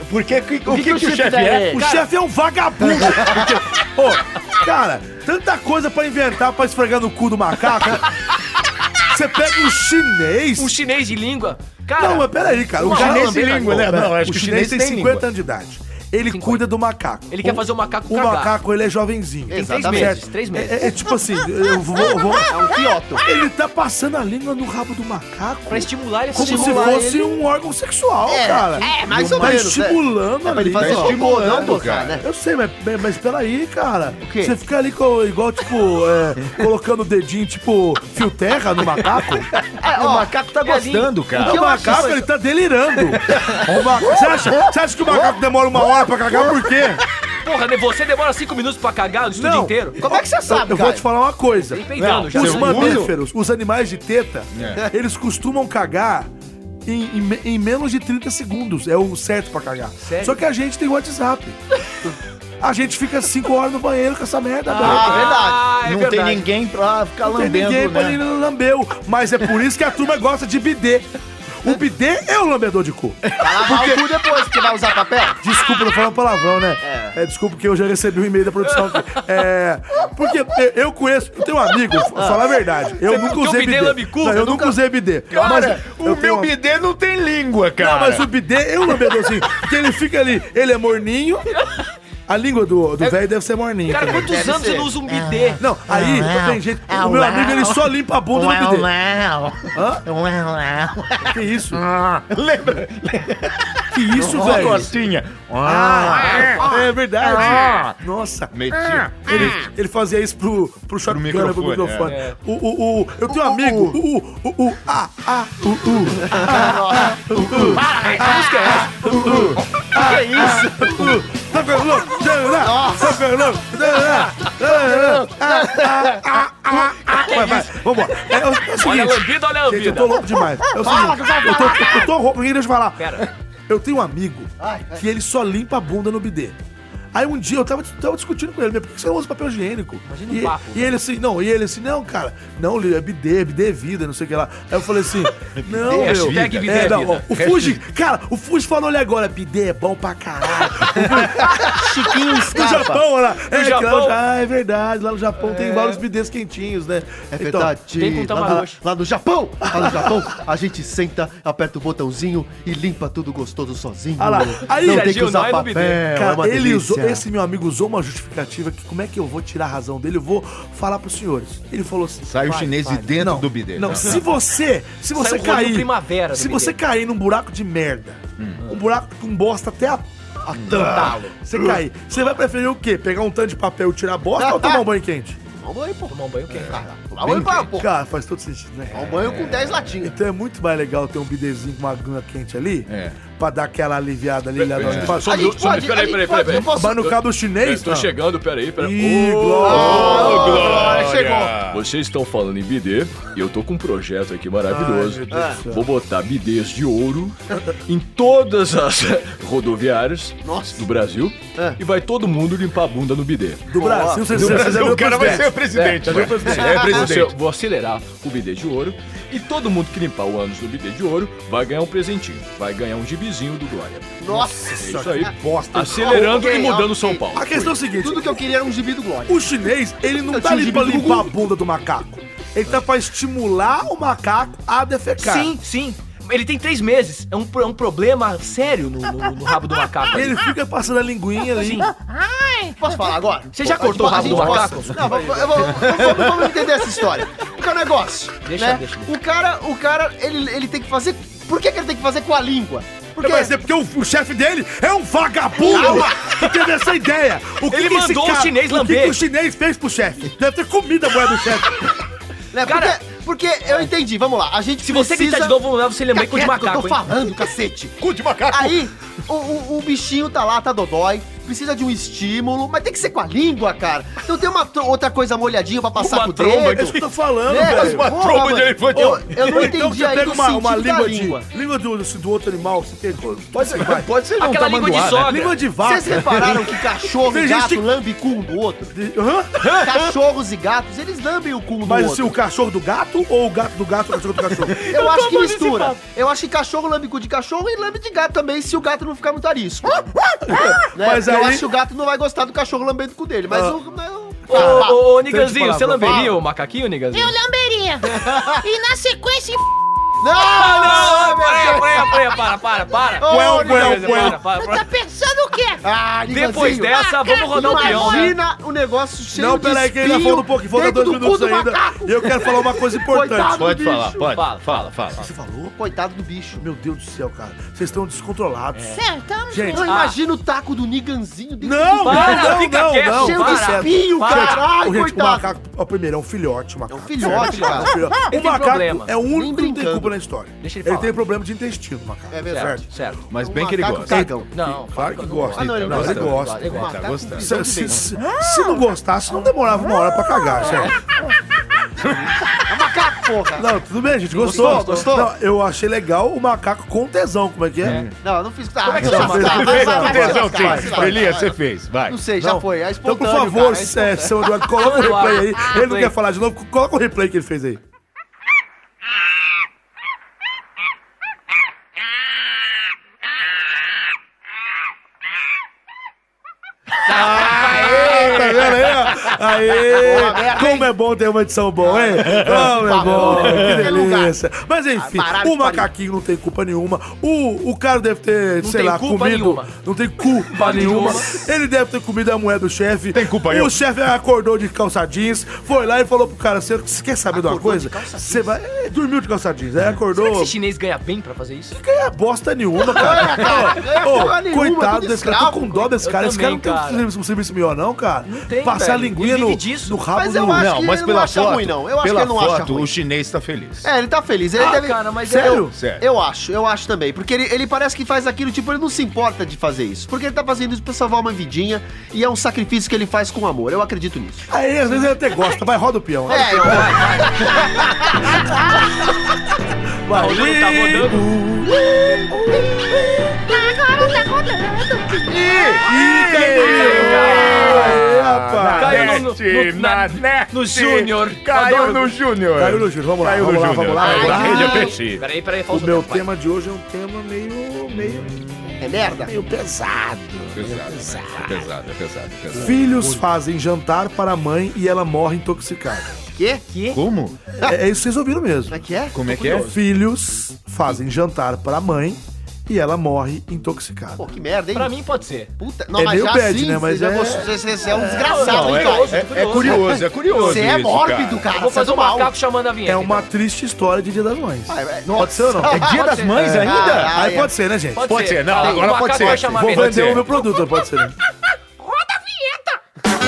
S1: Porque que- o que, que, o chefe é?
S3: O chefe é um vagabundo. Porque, pô, cara, tanta coisa pra inventar pra esfregar no cu do macaco. Você pega um chinês.
S5: Um chinês de língua. Cara,
S3: Não, é mas peraí, cara.
S5: Uma
S3: O cara-
S5: chinês tem língua,
S1: né? Não, acho
S3: o
S1: que o chinês
S3: chinês tem
S1: tem
S3: 50
S1: língua.
S3: anos de idade. Ele cuida do macaco.
S5: Ele quer fazer o macaco
S3: O
S5: cagar.
S3: macaco, ele é jovenzinho.
S5: tem três
S2: exatamente.
S5: meses. Três meses.
S3: É, é tipo assim, eu vou, eu vou.
S2: É um fioto.
S3: Ele tá passando a língua no rabo do macaco.
S5: Pra estimular ele a
S3: Como se
S5: estimular
S3: fosse
S5: ele.
S3: um órgão sexual, cara.
S2: é, mais ou
S3: tá
S2: menos, é.
S3: estimulando
S2: É pra ele
S3: ali.
S2: fazer
S3: ó.
S2: cocô, não
S1: estimulando,
S2: tocar,
S1: cara.
S2: né?
S3: Eu sei, mas, mas- mas peraí, cara.
S2: quê?
S3: Você fica ali com, igual, tipo, é, colocando o dedinho, tipo, fio terra no macaco. Ah,
S2: É, ó,
S1: O macaco tá
S5: é ali.
S1: gostando, cara.
S3: o
S2: eu acho
S3: macaco, ele tá delirando. O macaco- você, acha, você acha que o macaco demora uma hora pra cagar por quê?
S5: Porra, né, você demora cinco minutos pra cagar o estúdio
S3: Não.
S5: inteiro.
S2: Como é que você
S3: Eu,
S2: sabe,
S3: eu
S2: cara?
S3: vou te falar uma coisa.
S5: Ele peidando
S1: Não,
S5: já.
S3: Os
S1: Seu mano-
S3: mamíferos, os animais de teta,
S1: É.
S3: eles costumam cagar em, em me- em menos de 30 segundos. É o certo pra cagar.
S5: Sério?
S3: Só que a gente tem WhatsApp. A gente fica 5 horas no banheiro com essa merda,
S2: Ah,
S3: velho.
S5: Ah, é
S1: não
S5: verdade.
S1: tem ninguém pra ficar
S3: Não tem
S1: lambendo,
S3: ninguém pra
S1: né?
S3: ele não lambeu. Mas é por isso que a turma gosta de bidê. O bidê é o lambedor de cu.
S2: Vai lavar o cu Ah, depois, porque vai usar papel.
S3: Desculpa, não falar um palavrão, né? É. desculpa que eu já recebi um e-mail da produção. É. Porque eu- eu conheço, eu tenho um amigo, f- falar a verdade. Eu nunca
S5: porque o
S3: usei
S5: bidê
S3: bidê.
S5: lambe cu?
S3: Não,
S5: Eu
S3: eu nunca usei bidê.
S1: Cara,
S3: eu
S1: o
S3: tenho
S1: meu
S3: um-
S1: bidê não tem língua, cara.
S3: Não, mas o bidê é um lambedorzinho. porque ele fica ali, ele é morninho. A língua do, do velho deve ser morninha.
S5: Cara,
S3: também.
S5: quantos anos você não usa um bidê?
S3: Não, aí não é? tem jeito. O meu amigo, ele só limpa a bunda no bidê. Que isso?
S1: Lembra?
S3: Que isso,
S1: Só
S3: velho?
S1: costinha.
S3: Ah, é verdade. Nossa.
S1: Metia.
S3: Ele, ele fazia isso pro, pro shotgun, pro microfone.
S1: microfone,
S3: Pro microfone.
S5: é.
S3: O, o, o, eu tenho um amigo. O, o, o, ah, ah, o, o.
S2: Que isso?
S3: Tá ficando louco? Xará, Tá ficando louco? Xará, xará, ah, ah, ah, ah, ah. Vai, vai, vambora. É, o- é o
S5: Olha a
S3: seguinte,
S5: lambida, olha
S3: gente, eu
S5: a lambida.
S3: tô louco demais. É o
S2: Fala,
S3: seguinte, eu tô, eu tô rouco, ninguém deixa eu falar.
S5: Pera.
S3: Eu tenho um amigo
S2: é.
S3: que ele só limpa a bunda no bidê. Aí um dia eu tava, tava discutindo com ele, meu, por que você não usa papel higiênico?
S5: Imagina um
S3: e,
S5: papo.
S3: e ele assim, não, e ele assim, não, cara, não, Lio, é bidê, é bidê é vida, não sei o que lá. Aí eu falei assim, não,
S5: é
S3: meu.
S5: vida. Hashtag bidê é
S3: não,
S5: vida.
S3: O Fuji, cara, o Fuji falou ali agora, bidê é bom pra caralho.
S2: Chiquinho
S3: No
S2: escapa.
S3: Japão, olha lá. É, que lá no
S5: Japão. É.
S3: Ja- ah, é verdade. Lá no Japão tem vários bidês quentinhos, né?
S2: É verdade.
S5: Tem com
S2: lá, lá,
S5: Tamagotchi.
S2: lá no Japão, lá no Japão, a gente senta, aperta o botãozinho e limpa tudo gostoso sozinho.
S3: Ah lá, aí,
S2: não tem que
S5: Serginho,
S2: usar
S5: nós no
S2: papel.
S5: bidê.
S2: é
S3: Cara,
S2: uma
S3: ele
S2: delícia.
S3: usou, esse meu amigo usou uma justificativa que como é que eu vou tirar a razão dele? Eu vou falar pros senhores. Ele falou assim:
S1: Sai o
S3: "Vai,
S1: chinês de
S3: vai."
S1: dentro
S3: Não,
S1: do bidê.
S3: Não,
S1: Tá.
S3: se você, se você
S5: um rolinho
S3: cair,
S5: primavera do
S3: se
S5: bidê.
S3: você cair num buraco de merda,
S1: Hum.
S3: um buraco com bosta até a a tampa. Você cair. Você vai preferir o quê? Pegar um tanto de papel e tirar a bosta ou tomar um banho quente?
S5: Tomar um banho quente.
S2: Tomar Dá banho pra, pô.
S3: Cara, faz todo sentido, né?
S2: Dá um banho com 10 latinhas.
S3: Então é muito mais legal ter um bidezinho com uma gana quente ali,
S1: É.
S3: pra dar aquela aliviada ali, né? lá na hora que passou.
S2: A gente
S9: sobre-
S2: pode-
S9: peraí,
S2: a gente
S9: peraí,
S2: pode-
S9: peraí,
S2: eu posso-
S3: Mas no cabo chinês,
S9: Estou
S3: tá?
S9: chegando, peraí, peraí.
S3: Ih,
S9: Ô,
S5: Oh,
S3: Glória!
S2: Ah,
S9: Glória!
S2: chegou.
S9: Vocês estão falando em bidê e eu tô com um projeto
S3: é
S9: aqui maravilhoso. Vou botar bidês de ouro em todas as rodoviárias
S2: Nossa.
S9: do Brasil e vai todo mundo limpar a bunda no bidê.
S3: Do Brasil, você
S1: Brasil, o cara vai ser o é presidente.
S9: É,
S1: vai. É,
S9: Você,
S1: presidente.
S9: vou acelerar o bidê de ouro e todo mundo que limpar o ânus no bidê de ouro vai ganhar um presentinho, vai ganhar um gibizinho do Glória.
S2: Nossa,
S9: É isso aí.
S3: bosta.
S9: Acelerando
S2: Ok,
S9: e mudando
S2: ok.
S9: São Paulo.
S3: A questão é o seguinte,
S2: tudo que eu queria era um gibi do Glória.
S3: o chinês, ele não
S2: Eu
S3: tá
S2: tinha um
S3: ali pra
S2: gibi do
S3: limpar a
S2: Gugu.
S3: bunda do macaco. Ele tá pra estimular o macaco a defecar.
S5: Sim, sim. Ele tem três meses. É um, pro- é um problema sério no, no- no rabo do macaco.
S3: Ele fica passando a linguinha ali.
S7: Ai,
S2: Posso falar agora?
S5: Você já cortou o
S2: A
S5: rabo
S2: gente
S5: do
S2: pode-
S5: macaco?
S2: Não, vamos, eu vou- vamos- vamos- vamos entender essa história. Porque é um negócio.
S5: Deixa,
S2: né?
S5: deixa.
S2: O cara, o cara ele, ele tem que fazer. Por que, que ele tem que fazer com a língua? Porque.
S3: Mas é porque o, o chefe dele é um vagabundo que teve essa ideia. O que
S5: Ele
S3: que esse
S5: mandou o
S3: cara-
S5: chinês
S3: O que
S5: lamber.
S3: que o chinês fez pro chefe? Deve ter comido a moeda do chefe.
S2: né,
S5: cara-
S2: porque, porque eu entendi, vamos lá. A gente
S5: Se você gritar de novo, vamos lá, você lembra com
S2: Fica
S5: de
S2: quieto que
S5: macaco,
S2: Eu tô
S5: hein?
S2: falando, cacete.
S1: Cu de macaco.
S2: Aí, o, o- o bichinho tá lá, tá dodói, precisa de um estímulo, mas tem que ser com a língua, cara. Então tem uma tro- outra coisa molhadinha pra passar
S9: Uma
S2: com o
S9: tromba
S3: É
S2: dedo.
S3: isso que eu tô falando,
S2: né?
S3: velho.
S1: uma
S2: Porra,
S1: tromba de
S2: mano.
S1: elefante.
S2: Eu, eu não
S3: Ou então
S2: entendi
S3: você
S2: ainda
S3: pega
S2: o
S3: uma, uma
S2: sentido da
S3: língua, de,
S2: língua.
S3: língua do, do outro animal. Você tem, pode ser, vai.
S1: Pode ser
S5: Aquela língua de sogra.
S3: Língua de vaca.
S2: Vocês repararam que cachorro e
S3: Tem gente
S2: gato
S3: que-
S2: lambe cu um do outro?
S3: Hã?
S2: Cachorros e gatos, eles lambem o cu um do
S3: Mas se
S2: outro.
S3: o cachorro do gato ou o gato do gato, o cachorro do cachorro?
S2: Eu acho que mistura. Eu acho que cachorro lambe cu de cachorro e lambe de gato também, se o gato não ficar muito arisco. né?
S3: Mas
S2: Eu
S3: aí-
S2: acho que o gato não vai gostar do cachorro lambendo o cu dele, mas
S3: Ah.
S2: o... mas o-
S5: Ô, ô, ô, Niganzinho,
S3: Tente
S5: você
S3: falar,
S5: lamberia o macaquinho, Niganzinho?
S7: eu É lamberia. e na sequência...
S2: Não! meu
S5: Ah, não,
S2: Deus.
S5: peraí, peraí, peraí, para, para, para.
S2: Ô,
S5: Para,
S3: Niganzinho,
S5: para, para, para.
S7: Tá pensando o quê?
S2: Ah,
S5: Depois
S2: Niganzinho,
S5: dessa, vamos rodar o peão, né?
S2: Imagina o negócio cheio
S3: Não,
S2: de
S3: peraí, que ainda
S2: espinho
S3: falta um pouquinho, falta
S2: dentro
S3: dois
S2: do cu
S3: minutos
S2: do
S3: ainda.
S2: macaco.
S3: E eu quero falar uma coisa importante.
S2: Coitado.
S1: Pode falar,
S2: bicho.
S1: pode.
S5: Fala,
S1: Fala, fala, fala.
S3: Você falou?
S2: Coitado do bicho.
S3: Meu Deus do céu, cara. Vocês estão descontrolados.
S2: É.
S7: Certo, tamo
S3: Gente,
S2: Não,
S7: junto.
S2: imagina o taco do Niganzinho dentro
S3: Não,
S2: do
S5: Para,
S3: não,
S5: fica
S3: não,
S5: quieto,
S3: não.
S2: Cheio
S5: para.
S2: de espinho, caralho,
S3: Gente, o
S2: coitado.
S3: macaco, ó, primeiro, é um filhote, o macaco.
S2: É um filhote,
S3: Certo?
S2: cara.
S3: É um filhote.
S5: Ele
S3: O
S5: tem
S3: macaco
S5: problema.
S3: é o único que não tem
S2: brincando.
S3: culpa na história.
S5: Deixa ele
S3: ele
S5: falar.
S3: tem problema de intestino, o macaco.
S2: É verdade.
S5: Certo.
S1: Mas
S2: Um
S1: bem que ele
S2: macaco
S1: gosta.
S2: cagão.
S5: Não,
S3: Claro que gosta.
S2: Ah, não, ele
S3: Não,
S2: gosta.
S3: ele gosta.
S5: Ele gosta.
S1: Tá
S2: Macaco
S1: gostando.
S2: com
S3: Se,
S2: visão de
S3: se-
S2: dentro.
S3: se- se não gostasse, não demorava uma hora pra cagar, certo?
S2: É macaco, porra.
S3: Não, tudo bem, gente. Gostou?
S2: Gostou, gostou?
S3: Não, eu achei legal o macaco com tesão. Como é que é?
S2: Não, eu não fiz... Como é que
S3: chama?
S1: Fez com tesão, sim. Elias, você fez. Vai.
S2: Não sei, já
S3: Não.
S2: foi. É
S3: Então, por
S2: espontâneo,
S3: favor,
S2: cara, é
S3: é, seu Eduardo, coloca o replay aí. Ele não
S5: Replay.
S3: quer falar de novo, coloca o replay que ele fez aí. Aê, tá vendo aí, ó? Aê! Como é bom ter uma edição boa, hein? Como é bom,
S2: Que
S3: que
S2: lugar.
S3: delícia. Mas enfim,
S2: Parado
S3: o
S2: de pariu.
S3: macaquinho não tem culpa nenhuma. O, o cara deve ter, sei
S5: tem
S3: lá,
S5: culpa
S3: comido.
S5: nenhuma.
S3: Não tem culpa nenhuma. Ele deve ter comido a moeda do chefe.
S1: Tem culpa
S3: O
S1: eu.
S3: chefe acordou de calça jeans, foi lá e falou pro cara: Você quer saber de
S2: Acordou
S3: uma
S2: de
S3: coisa?
S2: calça
S3: Você vai. é, dormiu de calça jeans. Aí
S5: Será que
S3: acordou.
S5: esse chinês ganha bem pra fazer isso?
S3: Não ganha bosta nenhuma, cara.
S2: cara.
S3: Ô,
S2: Porra nenhuma,
S3: coitado
S2: tudo
S3: desse cara, tô
S2: escravo,
S3: com dó desse
S5: Eu
S3: cara. Esse cara não
S5: também,
S3: tem um
S5: cara.
S3: serviço- um serviço melhor, não, cara.
S5: tem,
S3: Passar a
S5: velho.
S3: linguinha
S5: Ele
S3: no,
S5: vive disso.
S3: no rabo
S2: Mas eu
S3: do-
S2: acho-
S1: Não,
S2: que
S1: mas
S2: ele
S1: pela
S2: não acha
S1: foto,
S2: ruim, não. Eu acho
S1: pela
S2: que ele não acha
S1: foto,
S2: ruim.
S1: o chinês tá feliz.
S2: É, ele tá feliz. Ele
S5: Ah,
S2: deve...
S5: cara, mas
S3: Sério?
S1: Sério.
S2: Eu acho, eu acho também. Porque ele, ele parece que faz aquilo, tipo, ele não se importa de fazer isso. Porque ele tá fazendo isso pra salvar uma vidinha e é um sacrifício que ele faz com amor. Eu acredito nisso.
S3: Aí, às vezes ele até gosta. Vai, roda o peão. roda o
S2: É, eu...
S3: peão, Vai,
S5: Ele tá rodando.
S7: Agora tá rolando.
S1: É.
S3: Ih, caiu no Júnior. Aê, rapaz.
S5: Caiu no- no-
S1: Net,
S5: no-
S1: na
S5: na-
S1: net.
S5: no Júnior.
S1: Caiu
S5: Adoro.
S1: no Júnior.
S3: Caiu no Júnior, vamos lá,
S1: Caiu no né? Júnior. é
S3: vamos lá, vamos lá, vamos
S1: Da
S3: lá.
S1: rede Aperti.
S5: Peraí, peraí,
S3: O
S5: falta
S3: meu
S5: tempo, vai.
S3: tema de hoje é um tema meio, meio,
S2: É merda.
S3: meio pesado.
S1: Pesado, né? É pesado, é pesado, é pesado.
S3: Filhos fazem jantar para a mãe e ela morre intoxicada.
S2: Quê?
S1: Como?
S3: É, é isso que vocês ouviram mesmo.
S2: Como é que é?
S1: Como é que é?
S3: Filhos fazem jantar para a mãe e ela morre intoxicada.
S2: Pô, que merda, hein?
S5: Pra mim pode ser.
S2: Puta, não,
S3: É
S2: mas
S3: meio
S2: já
S3: bad,
S2: assim,
S3: né, mas
S2: você, já
S3: é-
S2: mostrou- você- você é um desgraçado,
S1: Não,
S2: hein,
S1: é,
S2: cara?
S1: é- é curioso, é curioso.
S2: Você é
S1: isso,
S2: mórbido,
S1: cara.
S2: cara.
S5: Eu vou
S2: você
S5: fazer
S2: é
S5: um
S2: do mal.
S5: macaco chamando a vinheta.
S3: É uma
S5: então.
S3: triste história de Dia das Mães.
S2: Ai, vai-
S3: Pode ser ou não?
S2: Nossa.
S1: É dia das mães ainda?
S2: Ah,
S3: Aí
S2: é.
S3: pode ser, né, gente?
S1: Pode ser, não,
S5: Ah,
S1: agora
S5: o
S1: pode
S5: macaco
S1: ser.
S5: vai chamar a
S3: Vou um
S5: vinheta.
S1: Pode
S3: vender
S1: ser.
S3: o meu produto, pode ser. né?
S7: Roda a vinheta.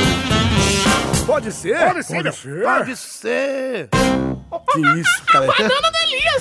S3: Pode Pode ser? Pode ser. Pode ser. Que isso, cara.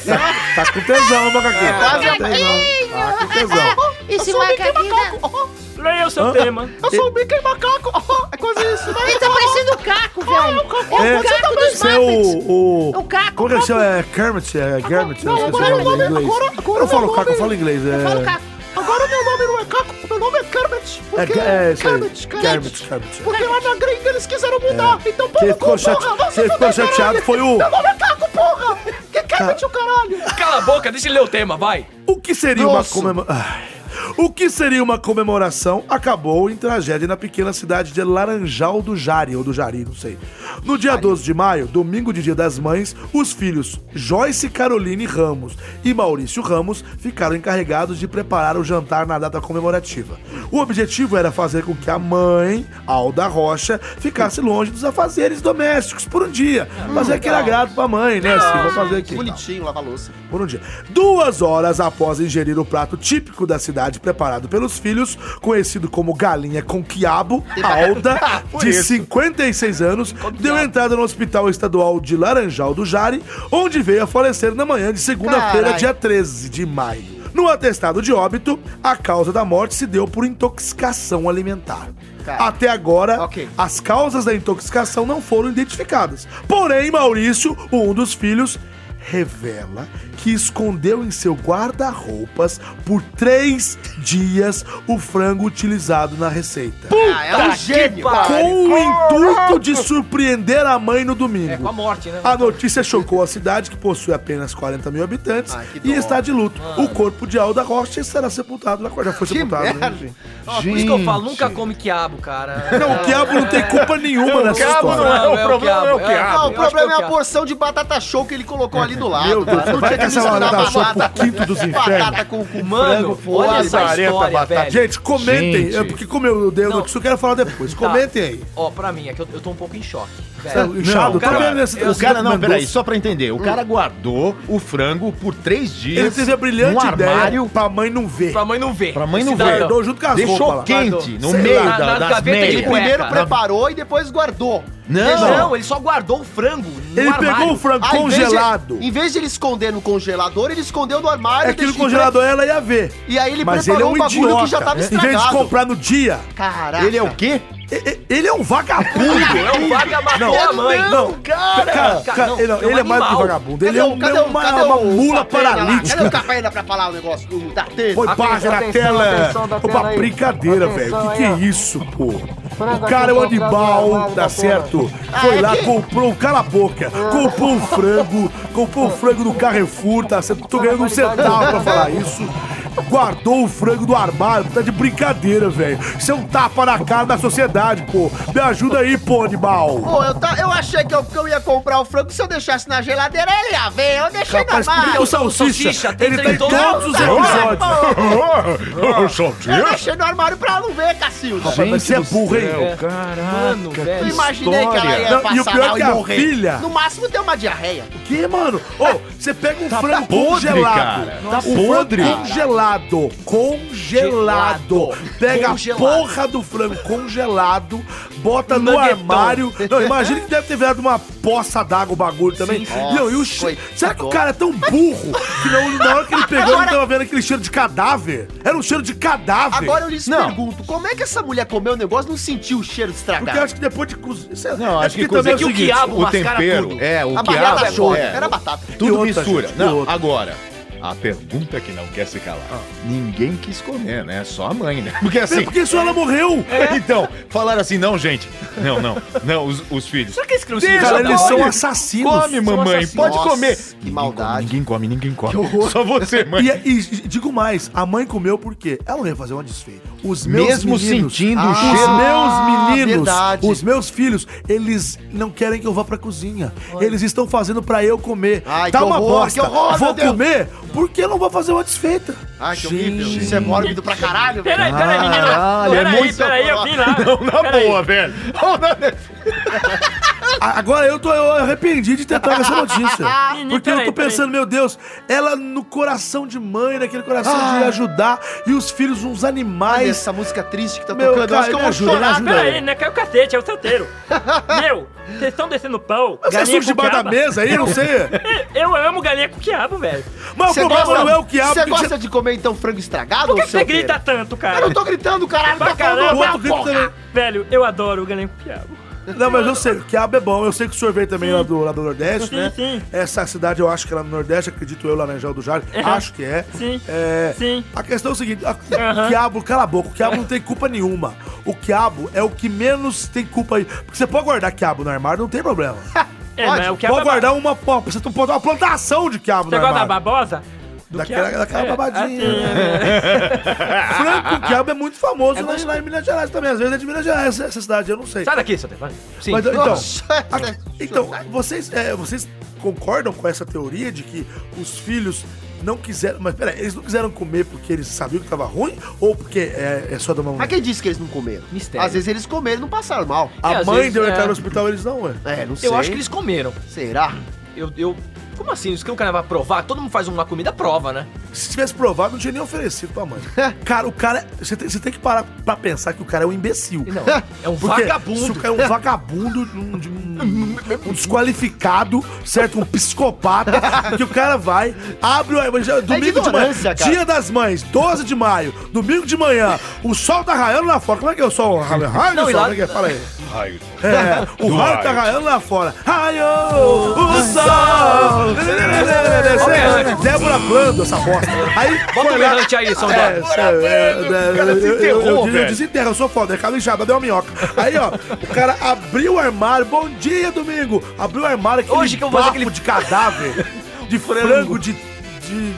S3: Tá, tá com tesão, macaquinho. Tá com tesão. Tá com tesão.
S7: Ah, Esse macaquinho.
S4: Leia o seu tema.
S2: Eu sou o Mickey Macaco. é quase isso, né?
S7: Ele tá parecendo o Caco, velho. É o Caco dos
S3: Você é
S7: Muppets.
S3: o... o...
S7: O Caco.
S3: Como que é seu? É Kermit? É Kermit? Eu esqueci o nome em inglês. Eu não falo caco, eu falo inglês.
S2: Eu
S3: é-
S2: falo Caco. Agora meu nome não é Caco, meu nome é Kermit.
S3: É,
S2: Porque
S3: é, isso aí.
S2: Kermit,
S3: Kermit,
S2: Kermit.
S3: Kermit. É.
S2: Porque lá na gringa eles quiseram mudar. Então, pô,
S3: Quem ficou, chate... Quem ficou chateado foi o...
S2: Meu nome é Caco, porra! Que Kermit o caralho?
S5: Cala a boca, deixa ele ler o tema, vai.
S3: O que seria
S2: Nossa.
S3: uma comemoração? O que seria uma comemoração acabou em tragédia na pequena cidade de Laranjal do Jari, ou do Jari, não sei. No dia 12 de maio, domingo de Dia das Mães, os filhos Joyce Caroline Ramos e Maurício Ramos ficaram encarregados de preparar o jantar na data comemorativa. O objetivo era fazer com que a mãe, Alda Rocha, ficasse longe dos afazeres domésticos por um dia. Fazer aquele agrado pra mãe, né? Assim, vou fazer aqui. e tal
S2: Hum. Bonitinho, lava a louça.
S3: por um dia. Duas horas após ingerir o prato típico da cidade preparado pelos filhos, conhecido como galinha com quiabo, Alda, de 56 anos, deu entrada no Hospital Estadual de Laranjal do Jari, onde veio a falecer na manhã de segunda-feira,
S2: Carai.
S3: dia 13 de maio. No atestado de óbito, a causa da morte se deu por intoxicação alimentar.
S5: Tá.
S2: Cara.
S3: Até agora,
S2: Ok.
S3: as causas da intoxicação não foram identificadas. Porém, Maurício, um dos filhos, revela que escondeu em seu guarda-roupas por três dias o frango utilizado na receita.
S2: Ah, é um gênio.
S3: Com o intuito de surpreender a mãe no domingo.
S5: É com a morte, né?
S3: A notícia chocou a cidade, que possui apenas 40 mil habitantes,
S2: Ai, que
S3: e
S2: dó.
S3: está de luto. O corpo de Alda Rocha será sepultado na quarta. Já foi sepultado, né?
S2: merda.
S5: Ó, por isso que eu falo, nunca come quiabo, cara.
S3: Não, o quiabo não tem culpa nenhuma nessa
S1: quiabo
S3: história.
S1: não é o problema, é o
S5: quiabo.
S1: quiabo.
S2: Não,
S5: Ah, eu
S2: o
S5: acho
S2: problema
S5: que
S2: é a
S5: quiabo.
S2: porção de batata show que ele colocou ali do lado. né?
S3: Meu Deus,
S2: cara.
S3: vai que essa
S2: misturar
S3: batata show
S2: batata
S3: pro quinto dos
S2: Batata
S3: infernos.
S2: com, com
S5: Mano,
S2: frango,
S5: olha
S2: alho.
S5: essa
S1: Lazareta,
S5: história,
S1: batata.
S5: velho.
S3: Gente, comentem,
S1: Gente.
S3: é porque como eu dei
S5: Não.
S3: notícia, eu quero falar depois.
S5: Tá.
S3: Comentem aí.
S5: Ó, pra mim, é que eu, eu tô um pouco em choque.
S3: Tá
S5: Velho.
S3: inchado?
S1: Não,
S3: Tá
S1: cara, é
S3: vendo esse-
S1: O
S3: esse
S1: cara, não,
S3: Mendonça?
S1: peraí, só pra entender. O cara guardou o frango por três dias.
S3: Ele teve a brilhante
S1: num
S3: ideia
S1: Um armário
S3: pra mãe não ver.
S5: Pra mãe não ver.
S1: Pra mãe não
S5: Cidadão.
S1: ver.
S3: Guardou junto com as roupas
S1: Deixou
S3: lá.
S1: quente, no
S3: Sei
S1: meio
S5: lá,
S1: da,
S5: na
S1: das
S5: gaveta de
S1: meias.
S5: cueca.
S2: Primeiro
S5: Cueca.
S2: preparou e depois guardou.
S5: Não,
S1: Não,
S5: não, ele só guardou o frango no
S3: Ele
S5: Um armário.
S3: pegou o frango
S2: Ah, em vez de-
S3: congelado.
S2: Em vez, de, ele esconder no congelador, ele escondeu no armário.
S3: É que no
S2: deixou-
S3: congelador ela ia ver.
S2: E aí ele
S3: Mas ele é
S2: preparou
S3: um
S2: um bagulho
S3: idiota.
S2: que já tava
S3: né? Em vez de
S2: estragado.
S3: comprar no dia,
S2: Caraca.
S1: Ele é o quê?
S3: e- e- ele é um vagabundo.
S5: É um vaga matou a mãe.
S3: Não, cara, cara,
S5: Cara, não,
S3: ele, não,
S5: é um
S3: ele é mais do que
S5: animal.
S3: vagabundo. Ele é um-
S2: Cadê
S3: é uma,
S2: cadê
S3: uma
S2: o
S3: mula
S2: café ainda lá? Cadê o
S3: paralítica.
S2: café ainda pra falar o negócio do- da teta?
S3: Foi barra na
S8: atenção,
S3: tela.
S8: atenção da tela
S3: uma
S8: aí.
S3: brincadeira, velho.
S8: Atenção
S3: Que que é
S8: aí, ó.
S3: isso, pô?
S8: Frango
S3: O cara é um
S8: aqui tá atrás do
S3: animal,
S8: armário
S3: tá
S8: da Ah. tela.
S3: certo? Foi lá, comprou, cala a boca, comprou um frango, comprou um frango no Carrefour, tá certo? Tô ganhando um centavo pra falar isso. Guardou o frango do armário, tá de brincadeira, velho. Isso é um tapa na cara da sociedade, pô. Me ajuda aí, pô, animal.
S2: Pô, eu, tá, eu achei que eu, que eu ia comprar o frango se eu deixasse na geladeira, ele ia ver. Eu deixei
S3: Rapaz,
S2: na
S3: porque o
S2: mala.
S3: salsicha,
S5: Salsicha, tem
S3: ele tá em
S5: trinta-
S3: todos os
S2: Não, tá
S3: episódios.
S2: bom.
S1: Ah,
S2: Eu
S1: Salsicha?
S2: deixei no armário pra ela não ver, Cacilda.
S3: Rapaz, mas você é burro, hein?
S5: Mano,
S2: Eu
S5: velho.
S2: imaginei que ela ia
S3: Não,
S2: passar
S3: e o pior é
S2: mal
S3: que a
S2: morrer.
S3: filha-
S2: No máximo deu uma diarreia.
S3: Que, mano? Ô, você pega um
S1: Tá
S3: frango
S1: podre,
S3: congelado.
S1: cara.
S3: Tá um
S1: podre.
S3: frango congelado. Congelado. Pega
S5: Congelado.
S3: a porra do frango congelado, bota no
S5: Nuggetão.
S3: armário. Não, imagina que deve ter virado uma poça d'água o bagulho também. Não, e o cheiro.
S2: coitado.
S3: Será que o cara é tão burro que não, na hora que ele pegou, ele tava vendo aquele cheiro de cadáver? Era um cheiro de cadáver.
S2: Agora eu lhes
S1: Não.
S2: pergunto, como é que essa mulher comeu o negócio e não sentiu o cheiro de
S3: Porque
S2: estragado?
S3: eu acho que depois de cozinhar.
S1: Não, acho que
S3: também
S1: coisa
S3: é o
S1: que o
S3: seguinte.
S1: quiabo o tempero, é, o
S2: a
S1: quiabo
S2: batata
S1: é
S2: show,
S1: bom.
S2: era batata.
S3: E
S1: Tudo
S3: outra,
S1: mistura.
S3: gente, e
S1: não,
S3: outra. Ah.
S1: agora, a pergunta que não quer se calar. Ninguém quis comer, né? Só a mãe, né? Porque
S3: É
S1: assim...
S3: porque só ela morreu.
S1: Então, falaram assim, não, gente. Não, não, não, os, os filhos.
S5: Será que eles criam
S1: Deixa,
S3: Cara, eles são
S1: Olha,
S3: assassinos.
S1: Come, mamãe,
S5: assassinos.
S1: pode
S2: Nossa,
S1: comer.
S2: que
S1: Ninguém
S2: maldade.
S1: come, Ninguém come, ninguém come. Só você, mãe.
S3: E,
S2: é-
S3: é, e digo mais, a mãe comeu por quê? Ela não ia fazer uma desfeita. Os meus
S1: Mesmo
S3: meninos,
S1: sentindo o
S3: os
S1: cheiro.
S2: Ah,
S3: meus meninos,
S2: verdade.
S3: os meus filhos, eles não querem que eu vá pra cozinha. Eles estão fazendo pra eu comer.
S2: Ai,
S3: tá
S2: que
S3: uma
S2: horror,
S3: bosta.
S2: que horror,
S3: vou
S2: meu Deus.
S3: comer porque eu não vou fazer uma desfeita.
S2: Ai, que horrível. Isso é mórbido pra caralho, velho.
S4: Peraí, peraí, menina.
S1: Caralho, é
S4: Peraí,
S1: muito-
S4: peraí, eu vim lá.
S1: Não, na
S4: Peraí.
S1: boa, velho.
S3: A- Agora eu tô eu arrependi de ter trago essa notícia.
S4: Menino,
S3: Porque eu tô
S4: peraí,
S3: pensando, meu Deus, ela no coração de mãe, naquele coração de ajudar, e os filhos uns
S2: Olha
S3: animais.
S2: essa música triste que tá
S3: Meu,
S2: tocando. Eu
S3: cara,
S2: acho que eu
S3: me
S2: vou
S3: ajuda, me
S2: chorar.
S3: ajuda.
S4: Pera aí, não é que é o cacete, é o santeiro. Meu, vocês estão descendo pau.
S3: Você é surge debaixo da mesa aí, eu não sei.
S4: Eu amo galinha com quiabo, velho.
S3: Mas o
S2: Você
S3: problema não é o que há,
S2: Você
S3: porque
S2: gosta de comer então frango estragado
S4: Por que,
S2: ou
S4: que você
S2: seu
S4: grita
S2: grita?
S4: tanto,
S2: Eu
S4: cara?
S2: não tô gritando,
S3: É
S2: caralho.
S4: Pra
S2: Tá falando
S4: caralho.
S3: o
S2: meu
S3: outro grita também.
S4: Velho, eu adoro o galinha com quiabo.
S3: Não, mas eu sei, o quiabo é bom. Eu sei que o sorvete também lá do, lá do Nordeste,
S4: Sim,
S3: né?
S4: sim.
S3: Essa cidade eu acho que é lá no Nordeste, acredito eu, Laranjal do Jardim.
S4: É.
S3: Acho que é.
S4: Sim.
S3: É,
S4: Sim.
S3: A questão é o seguinte: a,
S4: Aham.
S3: quiabo, cala a boca, o quiabo não tem culpa nenhuma. O quiabo é o que menos tem culpa aí. Porque você pode guardar quiabo no armário, não tem problema.
S4: É, mas o quiabo
S3: pode
S4: é ba-
S3: guardar uma popa, você pode uma plantação de quiabo
S4: Você
S3: no
S4: gosta da
S3: armário.
S4: babosa? Do
S3: Daquela,
S4: quiabo?
S3: daquela
S4: É,
S3: babadinha.
S4: assim, é.
S3: Franco Quiabo é muito famoso lá, em- lá em Minas Gerais também. Às vezes é de Minas Gerais, essa, essa cidade, eu não
S4: é.
S3: sei.
S5: Sai daqui, Santeiro. vai.
S4: assim,
S5: Sim.
S3: Mas, então,
S2: Nossa,
S3: a-
S2: né?
S3: então vocês, é, vocês concordam com essa teoria de que os filhos não quiseram. Mas peraí, eles não quiseram comer porque eles sabiam que tava ruim ou porque é, é só da mamãe?
S2: Mas quem disse que eles não comeram?
S5: Mistério.
S2: Às vezes eles comeram e não passaram mal.
S5: É,
S3: A
S5: às
S3: mãe
S5: vezes,
S3: deu
S5: é.
S3: entrar no hospital eles não, ué.
S2: É, não sei.
S5: Eu acho que eles comeram.
S2: Será?
S5: Eu. eu... Como assim? Os que eu quero provar, todo mundo faz uma comida, prova, né?
S3: Se tivesse provado, não tinha nem oferecido pra mãe. Cara, o cara. Você tem, você tem que parar pra pensar que o cara é um imbecil.
S5: Não, é um
S3: Porque
S5: vagabundo.
S3: se o cara É um vagabundo, um, de- um- um desqualificado, certo? Um psicopata. que o cara vai, abre o. já- é
S5: É
S3: Domingo de manhã.
S2: ignorância, cara.
S3: Dia das mães, 12 de maio, domingo de manhã. O sol tá raiando lá fora. Como é que é o sol? Raio, raio
S5: Não,
S3: do
S5: e
S3: sol,
S5: lá-
S3: como é que é? Fala aí.
S1: Raio.
S3: É, o raio tá raiando lá fora. Raio, o sol. Débora Blando, essa bosta. Aí,
S5: Bota
S3: foi
S5: um
S3: lá-
S5: berrante aí, São
S3: é,
S5: Dória.
S3: é, é, é,
S1: cara
S3: eu-
S1: se
S3: eu-
S1: enterrou,
S3: eu- Eu
S1: velho.
S3: desenterro, eu sou foda. É cada enxada deu uma minhoca. Aí, ó, o cara abriu o armário. Bom dia, domingo. Abriu o armário, aquele
S5: Hoje que eu vou fazer
S3: papo
S5: aquele-
S3: de cadáver, de frango, de... de-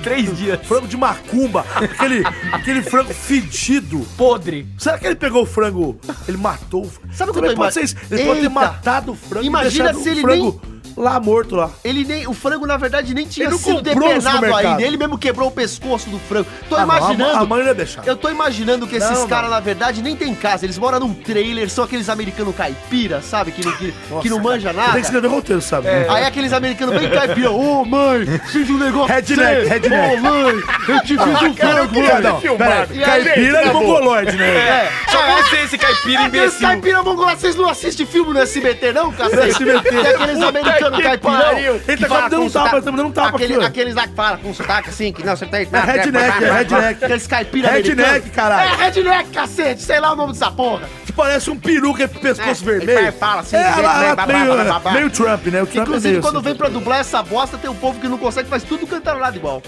S5: Três dias.
S3: Frango de macumba, aquele, aquele frango fedido.
S5: Podre.
S3: Será que ele pegou o frango? Ele matou o frango.
S2: Sabe o que
S3: Também
S2: eu tô
S3: pode ser
S2: ima-
S3: isso. Ele pode ter
S2: Eita.
S3: matado o frango
S2: Imagina
S3: e deixado
S2: se ele
S3: o frango lá morto lá.
S2: Ele nem. O frango, na verdade, nem tinha
S3: Ele não
S2: sido
S3: comprou no
S2: depenado
S3: supermercado.
S2: ainda. Ele mesmo quebrou o pescoço do frango. Tô
S3: Ah, não, a mãe-
S2: imaginando.
S3: a mãe não ia deixar.
S2: Eu tô imaginando que esses
S3: Não,
S2: caras,
S3: não.
S2: na verdade, nem tem casa. Eles moram num trailer, são aqueles americanos caipira, sabe? Que não, que, que não manja
S3: Você tem
S2: nada.
S3: que escrever roteiro, sabe?
S2: Aí aqueles americanos bem caipira, ô mãe, fiz um negócio. pra
S3: Redneck,
S2: você.
S3: redneck.
S2: Ô mãe, eu te fiz
S1: Cara, eu
S2: um frango,
S1: queria
S2: mano.
S1: ver filmado.
S2: E aí,
S3: Caipira e mongoloide, né?
S2: É,
S5: Só você, esse caipira
S2: aqueles
S5: imbecil.
S2: caipira mongolá, vocês não assistem filme no SBT, não, cacete?
S3: SBT.
S2: Tem aqueles americanos caipirão.
S1: pariu.
S3: Ele tá quase dando um tapa, ele tá me dando um tapa
S2: Aquele,
S3: aqui, ó.
S2: aqueles lá que falam com sotaque assim, que não, você tá aí.
S3: É redneck, é redneck.
S2: Aqueles caipira
S3: Redneck,
S2: americano.
S3: caralho.
S2: É redneck, cacete, sei lá o nome dessa porra.
S3: Que parece um peru que é pescoço
S2: É,
S3: vermelho.
S2: ele fala assim,
S3: é,
S2: de jeito,
S3: lá,
S2: né?
S3: lá,
S2: Babá,
S3: meio,
S2: babá, babá.
S3: meio Trump, né? O Trump é
S2: Inclusive,
S3: meio
S2: quando
S3: assim.
S2: vem pra dublar essa bosta, tem um povo que não consegue, faz tudo cantarolado igual.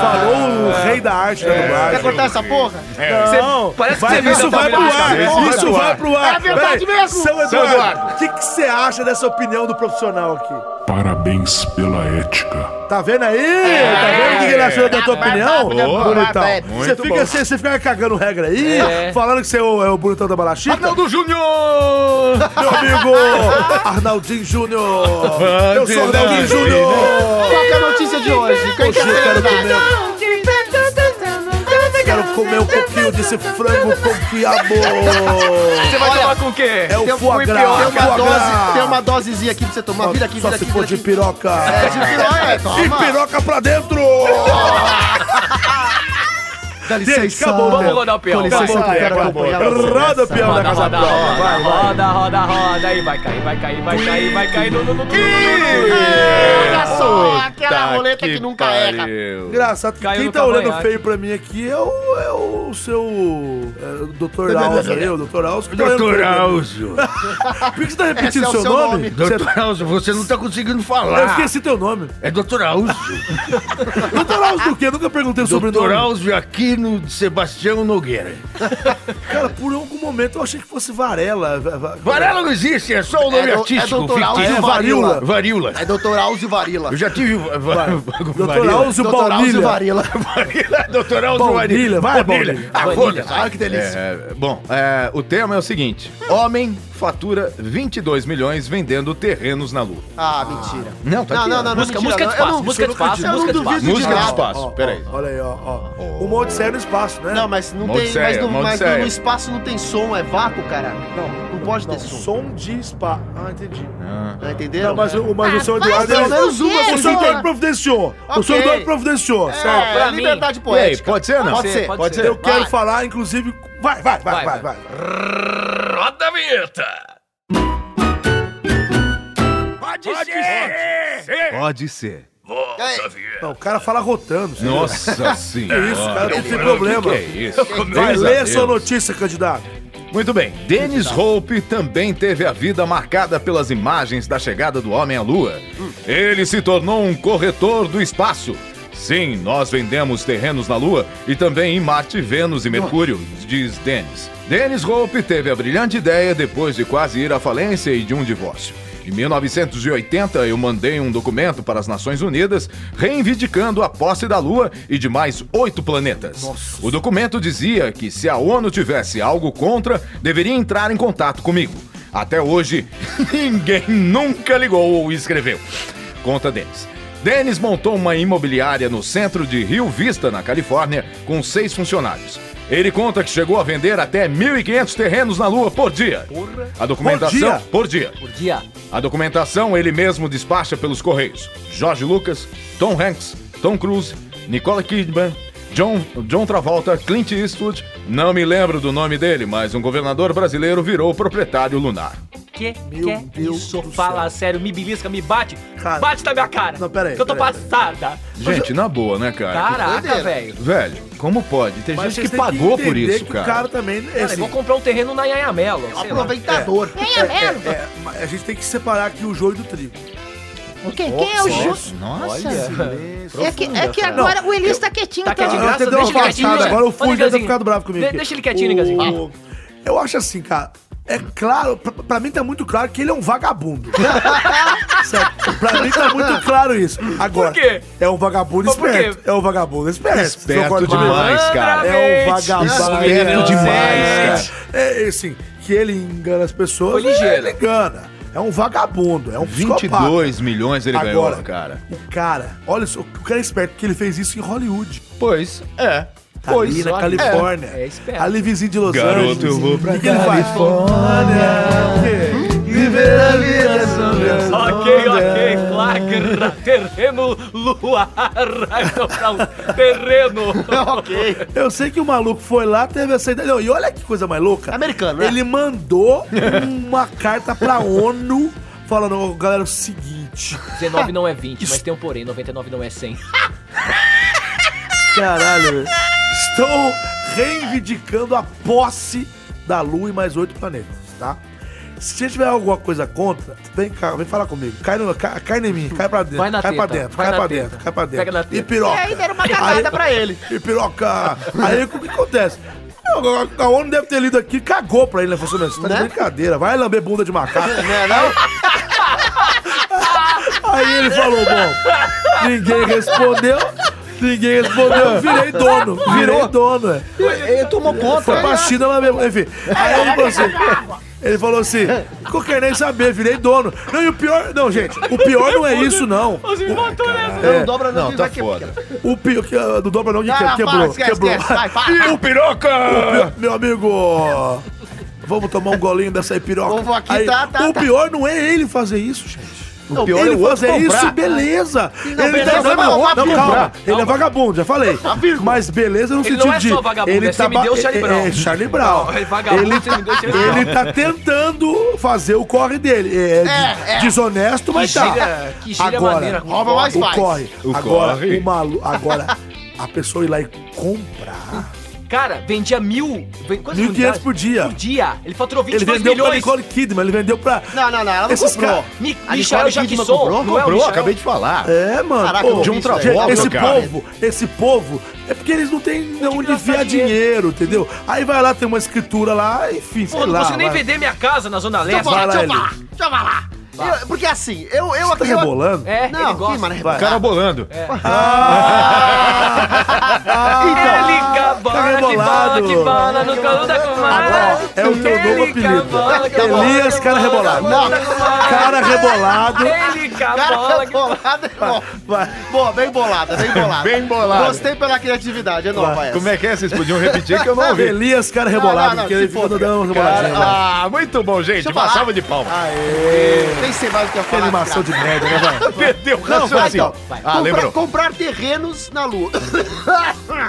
S3: Falou o
S2: é.
S3: rei da arte da
S2: Quer
S3: dublagem.
S2: cortar essa porra?
S1: é,
S3: Não,
S5: parece que
S3: vai,
S5: você viu
S3: isso
S5: essa
S3: vai pro
S5: tabela de
S3: ar,
S1: cabeça.
S3: isso vai pro ar.
S2: É verdade
S3: Vai.
S2: mesmo.
S3: São
S1: São
S3: Eduardo,
S1: Eduardo.
S3: o que que você acha dessa opinião do profissional aqui?
S6: Parabéns pela ética.
S3: Tá vendo aí?
S2: É.
S3: tá vendo o que que ele achou da tua opinião?
S1: Boa.
S3: bonitão. Você
S1: Muito
S3: fica, assim,
S1: bom.
S3: você, você fica cagando regra aí,
S5: É.
S3: falando que você é o, é o bonitão da balachita.
S1: Arnaldo Júnior!
S3: Meu amigo Arnaldinho Júnior. Eu sou Arnaldinho
S1: Fernandes.
S3: Júnior.
S2: Qual que é a notícia de hoje? Quem que
S3: Hoje
S2: é
S3: eu quero comer,
S7: Quero
S3: quero comer um pouquinho desse frango com quiabo.
S5: Você vai tomar com o quê?
S3: É
S2: Tem
S3: o
S2: um-
S3: foie gras.
S2: Tem
S3: foie
S2: uma,
S3: gras.
S2: dose, tem uma dosezinha aqui pra você tomar. Vira aqui,
S3: Só
S2: vira aqui.
S3: se
S2: vira
S3: for de
S2: aqui.
S3: piroca.
S2: É, de piroca, é,
S3: E
S2: toma.
S3: piroca pra dentro.
S2: Dá
S3: Gente, acabou,
S5: Vamos
S3: meu.
S5: rodar o peão.
S2: Com
S5: vai.
S2: licença, eu quero
S1: acabou.
S2: acompanhar você
S3: Roda o
S2: nessa.
S3: peão da
S5: Roda,
S3: Casa
S5: roda,
S3: Branca.
S5: roda, roda, roda, roda. Aí vai cair, vai cair, vai cair, vai cair. No, no, no, no, no, no, no.
S2: Olha só,
S1: Puta
S2: aquela roleta que nunca erra.
S1: pariu.
S3: Engraçado que
S5: Caiu
S3: quem
S5: no
S3: tá olhando
S5: cavanhaque.
S3: feio pra mim aqui é o, é o seu. É, o Dr. Alzo aí, o Dr. Alzo. que tá olhando feio
S1: Doutor
S3: pra mim.
S1: Áuzio,
S3: Por que você tá
S2: Esse
S3: repetindo
S2: é o
S3: seu,
S2: seu
S3: nome?
S2: nome.
S3: Você-
S1: doutor Áuzio, você não tá conseguindo
S3: Eu
S1: falar.
S3: esqueci teu nome.
S1: É doutor
S2: Ah,
S1: Áuzio.
S3: Dr. Alzo do quê? Eu nunca perguntei sobre o
S1: Doutor
S3: sobrenome.
S1: Áuzio Aquino de Sebastião Nogueira.
S3: Cara, por algum momento eu achei que fosse Varela. Va- va-
S1: Varela não existe, é só o nome
S2: É do- é
S1: artístico.
S2: doutor Áuzio
S1: fictício.
S2: Varíola.
S1: Varíola.
S2: É doutor Alzio Varila.
S1: Eu já tive. va- va-
S3: Doutor
S1: varíola.
S3: Alzo
S2: Doutor Alzio
S3: Baunilha.
S2: Varila.
S1: Varíola, doutor Áuzio Varíola.
S3: Baunilha, vai,
S1: Baunilha.
S3: Baunilha.
S1: Ah, foda-se.
S2: Olha que delícia.
S1: É, bom, é, o tema é o seguinte: Homem fatura 22 milhões vendendo terrenos na Lua.
S2: Ah, mentira.
S1: Não, tá aqui, ó.
S5: Música- música de
S2: não. é Eu
S5: espaço,
S2: não-
S5: música de
S2: eu não-
S5: espaço,
S2: eu não
S5: música de
S2: duvido
S5: espaço.
S1: Música de
S2: nada.
S1: espaço,
S3: Ó,
S1: peraí.
S3: ó, Olha aí, ó. ó. Uma odisseia no espaço, né?
S2: Não, mas não
S1: Uma
S2: tem.
S1: odisseia,
S2: Mas, no,
S1: uma
S2: mas
S1: odisseia.
S2: no espaço não tem som, é vácuo, cara. Não, não pode ter som.
S3: som de espaço. Ah, entendi.
S2: Não entendeu?
S3: Não, mas, o- mas o é
S7: Ah,
S3: senhor
S7: vai
S3: Eduardo...
S7: se
S3: ele-
S2: menos uma,
S3: O
S2: vocês
S3: senhor Eduardo
S2: entenderam.
S3: providenciou. O
S2: Ok.
S3: senhor Eduardo providenciou.
S2: É,
S3: certo?
S2: pra
S5: mim.
S2: liberdade
S1: E aí,
S2: poética.
S1: pode ser ou não?
S2: Pode ser,
S5: pode
S2: pode
S5: ser.
S2: ser.
S3: Eu quero
S2: Vai.
S3: falar, inclusive... Vai, vai, vai, vai,
S5: Vai,
S3: vai.
S9: Roda a vinheta!
S1: Pode, ser. Pode ser.
S2: Ei,
S3: Não, o cara fala rotando. você viu?
S1: Nossa
S3: Que
S1: senhora.
S3: isso, cara, não tem
S1: Que
S3: problema.
S1: que é isso?
S3: Vai
S1: Deus a
S3: ler
S1: Deus.
S3: sua notícia, candidato.
S1: Muito bem, Dennis Hope também teve a vida marcada pelas imagens da chegada do homem à Lua. Ele se tornou um corretor do espaço. Sim, nós vendemos terrenos na Lua e também em Marte, Vênus e Mercúrio, diz Dennis. Dennis Hope teve a brilhante ideia depois de quase ir à falência e de um divórcio. Em 1980, eu mandei um documento para as Nações Unidas reivindicando a posse da Lua e de mais oito planetas. O documento dizia que se a ONU tivesse algo contra, deveria entrar em contato comigo. Até hoje, ninguém nunca ligou ou escreveu. Conta deles. Dennis montou uma imobiliária no centro de Rio Vista, na Califórnia, com seis funcionários. Ele conta que chegou a vender até 1.500 terrenos na Lua por dia. A documentação por dia.
S5: Por dia.
S1: A documentação ele mesmo despacha pelos Correios. Jorge Lucas, Tom Hanks, Tom Cruise, Nicola Kidman, John, John Travolta, Clint Eastwood. Não me lembro do nome dele, mas um governador brasileiro virou proprietário lunar.
S5: Que
S3: Meu
S5: que é
S3: Deus
S5: isso?
S3: do
S5: Fala
S3: céu.
S5: sério, me belisca, me bate.
S3: Cara,
S5: bate na minha cara.
S3: não, pera aí,
S5: Que eu tô
S3: pera aí.
S5: passada.
S1: Gente, na boa, né, cara?
S5: Caraca,
S2: doideira.
S5: velho.
S3: Tipo
S1: Velho, como pode? Tem
S3: Tá. Mas
S1: gente
S3: vocês
S1: que
S3: têm
S1: pagou por
S3: entender
S1: isso,
S3: que
S1: cara.
S3: O cara também.
S5: Cara,
S3: assim,
S5: eu vou comprar um terreno na Yanhamelo. sei lá.
S2: É Aproveitador.
S7: Venha mesmo.
S3: é, mas a gente tem que separar aqui o joio do trigo.
S7: Quem, quem é o Ju?
S1: Nossa.
S7: É que, é que agora o Elias tá quietinho.
S5: Tá
S7: Tá
S5: quietinho,
S3: Eu
S5: graça,
S3: até dei
S5: deixa
S3: uma
S5: ele quietinho,
S3: afastada,
S5: né?
S3: Ah, agora o
S5: Ô,
S3: Fulvio deve ter
S5: Niganzinho,
S3: ficado bravo comigo.
S5: de-
S3: aqui.
S5: deixa ele quietinho, Niganzinho.
S3: O- Eu acho assim, cara. É claro, pra, pra mim tá muito claro que ele é um vagabundo. Certo? Pra mim tá muito claro isso. Agora,
S5: quê?
S3: é um vagabundo
S5: Mas por quê?
S3: esperto. É um vagabundo esperto. Vocês
S1: Esperto
S3: concordam comigo?
S1: demais, cara.
S3: É um
S1: Esperto
S3: vagabundo
S1: demais,
S3: É, é, assim, que ele engana as pessoas,
S5: Foi ligeiro.
S3: ele engana. É um vagabundo, é um psicopata.
S1: 22 milhões ele
S3: Agora,
S1: ganhou, cara.
S3: o cara, olha só, o cara é esperto, porque ele fez isso em Hollywood.
S1: Pois é.
S3: Tá ali na Califórnia.
S5: É, é esperto.
S3: Ali vizinho de Los
S1: Garoto,
S3: Angeles.
S1: eu vou pra
S3: E que ele faz?
S2: Viver a vida sobre as
S5: Ok, ok, flagra, terreno, luar,
S4: um
S5: terreno.
S2: É, Ok.
S7: É,
S3: Eu sei que o maluco foi lá, teve essa ideia. Não, e olha que coisa mais louca.
S2: Americano, né?
S3: Ele mandou uma carta pra ONU falando, "Ô, galera, é o seguinte.
S5: 19 não é 20, mas tem um porém, 99 não é 100.
S3: Caralho, velho. Estão reivindicando a posse da Lua e mais oito planetas, tá? Se você tiver alguma coisa contra, vem, cá, vem falar comigo. Cai, no, cai, cai em mim, cai pra dentro.
S5: Vai na
S3: cai pra
S5: teta,
S3: dentro,
S5: vai
S3: cai
S5: na
S3: pra
S5: teta.
S3: dentro, cai pra dentro.
S5: Pega na teta.
S3: E piroca.
S7: E aí deram uma cagada pra ele.
S3: E piroca. Aí o que que acontece? A- A a ONU deve ter lido aqui, cagou pra ele, né? Falou assim, "Não, você tá de
S2: Né?
S3: brincadeira, vai lamber bunda de macaco.
S2: Né, não?
S3: Aí ele falou, bom, ninguém respondeu, ninguém respondeu, eu virei dono, virei dono. é.
S1: Ele tomou
S2: né?
S3: Foi pra China lá mesmo, enfim. Aí ele falou assim. Ele falou assim, "Não eu quero nem saber, virei dono. Não, e o pior. Não, gente, o pior não é isso, não.
S5: Você me matou nessa.
S2: Não dobra não,
S1: Não,
S2: que
S1: tá
S2: vai quebrar.
S1: foda.
S3: O pior. que- é, Do dobra não que
S2: Ah,
S3: quebrou.
S2: para, esquece,
S3: quebrou.
S2: esquece, vai, para.
S3: E o
S1: Piroca!
S3: pior, meu amigo. Vamos tomar um golinho dessa aí, piroca.
S2: Vou- vou aqui, tá, tá,
S3: o
S2: tá.
S3: pior não é ele fazer isso, gente.
S1: O pior é
S3: ele
S1: o outro
S3: fazer isso,
S1: comprar.
S3: beleza. Ele
S2: beleza,
S3: tá
S2: mas
S3: não,
S2: o outro
S3: não, calma.
S1: comprar.
S3: Ele é vagabundo, já falei. Mas beleza no
S5: Ele
S3: sentido
S5: não é
S3: de.
S5: só vagabundo,
S3: tá
S5: é semi-deus
S3: ba-
S5: Charlie
S3: é-
S5: Brown.
S3: É, Charlie Brown.
S5: Não, é vagabundo,
S3: ele, tá,
S5: semi-deus Charlie Brown.
S3: ele tá tentando fazer o corre dele. É, de- desonesto, mas tá.
S5: gíria- que gíria
S3: Agora,
S5: maneira.
S2: Rouba mais
S3: o
S2: faz.
S3: corre.
S1: O
S3: agora,
S1: corre.
S3: o malu... agora, a pessoa ir lá e
S5: Um
S3: comprar.
S5: Cara, vendia mil. Vem, quantas
S3: 1.500
S5: unidades?
S3: por dia.
S5: Por dia. Ele faturou
S3: Ele
S5: 22
S3: vendeu pra
S5: milhões.
S3: Nicole Kidman, ele vendeu pra.
S2: Não, não, não, ela não
S3: Esses
S2: comprou.
S3: caras-
S5: Mi-
S2: A
S5: Michael
S2: Nicole Kidman
S5: Jackson.
S2: comprou?
S5: não é o
S1: Comprou,
S5: Michael?
S1: acabei de falar.
S3: É, mano.
S2: Caraca,
S3: Pô,
S2: eu
S1: De um
S2: vi isso daí.
S1: Travolta,
S3: esse
S1: cara.
S3: povo, esse povo, é porque eles não têm de onde
S5: gastar
S3: enfiar dinheiro.
S5: dinheiro.
S3: entendeu? Aí vai lá, tem uma escritura lá, enfim, sei
S5: Pô, não
S3: lá.
S5: consigo nem
S3: vai.
S5: vender minha casa na Zona
S2: Deixa eu
S5: Leste.
S2: falar,
S3: Vai lá,
S2: deixa eu
S3: Eli.
S2: falar. Deixa eu falar. Eu- Porque assim, eu... eu
S3: Tá
S2: eu-
S3: rebolando?
S5: É,
S2: Não,
S5: ele gosta.
S2: quem, mano,
S1: O cara bolando.
S5: Ele acabou.
S3: Tá rebolado.
S5: Que bola, que bola no colo da comadre.
S3: É o teu novo apelido. Elias, cara rebolado.
S2: Não,
S3: Cara rebolado.
S5: Ele cabola.
S2: cara, bolada é bom. Boa, bem bolada, bem bolada.
S1: Bem bolada.
S2: Gostei pela criatividade, é nova essa.
S1: Como é que é? Vocês podiam repetir que eu não ouvi.
S3: Elias, cara
S2: não,
S3: rebolado,
S2: não,
S3: porque
S2: se
S3: ele fica
S2: foda,
S3: dando uma
S1: Cara,
S3: reboladinha.
S1: ah, muito bom, gente.
S2: eu
S1: Uma
S2: falar.
S1: salva de palmas.
S2: Nem sei mais o que eu
S3: Que
S2: falar.
S3: animação de
S2: cara.
S3: merda, né, velho?
S1: Perdeu o
S2: Não, vai
S1: raciocínio.
S2: então.
S1: Ah,
S2: comprar,
S1: lembrou.
S2: comprar terrenos na lua.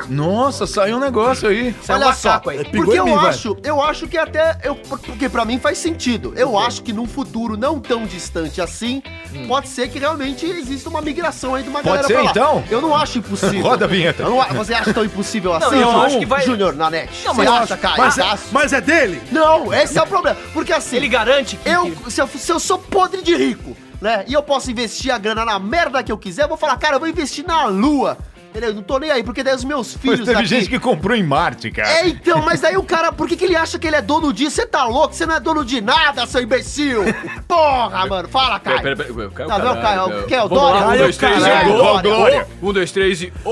S1: Nossa, saiu um negócio aí.
S5: um
S2: Olha só,
S1: é
S5: macaco aí.
S3: Pingou
S2: porque
S3: em
S2: eu
S3: mim, vai.
S2: acho, eu acho que até eu, porque pra mim faz sentido. Eu acho que num futuro não tão distante assim, pode ser que realmente exista uma migração aí de uma galera
S1: Hum. ser,
S2: pra lá.
S1: então?
S2: Eu não acho impossível.
S1: Roda a vinheta.
S2: Eu não a- você acha tão impossível assim?
S5: eu
S2: Ju-
S5: acho que vai-
S2: Júnior, Nanete.
S5: Não,
S2: Você
S5: mas eu
S2: acha, cara?
S3: Mas,
S2: Você acha?
S3: mas é dele?
S2: Não, esse é o problema. Porque assim,
S5: Ele garante que.
S2: eu, se eu, se eu sou podre de rico, né? E eu posso investir a grana na merda que eu quiser, eu vou falar, cara, eu vou investir na lua. Entendeu? Eu Não tô nem aí, porque daí os meus
S1: Mas
S2: filhos
S1: teve gente que comprou em Marte, cara.
S2: É, então, mas daí o cara, por que, que ele acha que ele é dono disso? Você tá louco? Você não é dono de nada, seu imbecil! Porra, mano, fala,
S9: Pera,
S2: cara.
S9: pera, pera, pera,
S2: Não, não, Caio, quem é o
S9: Vamos lá,
S2: Dória?
S9: Um, dois, três,
S2: Caio,
S9: e
S2: Dória.
S9: gol,
S1: é Glória.
S9: glória. Um, dois, três e... Ô,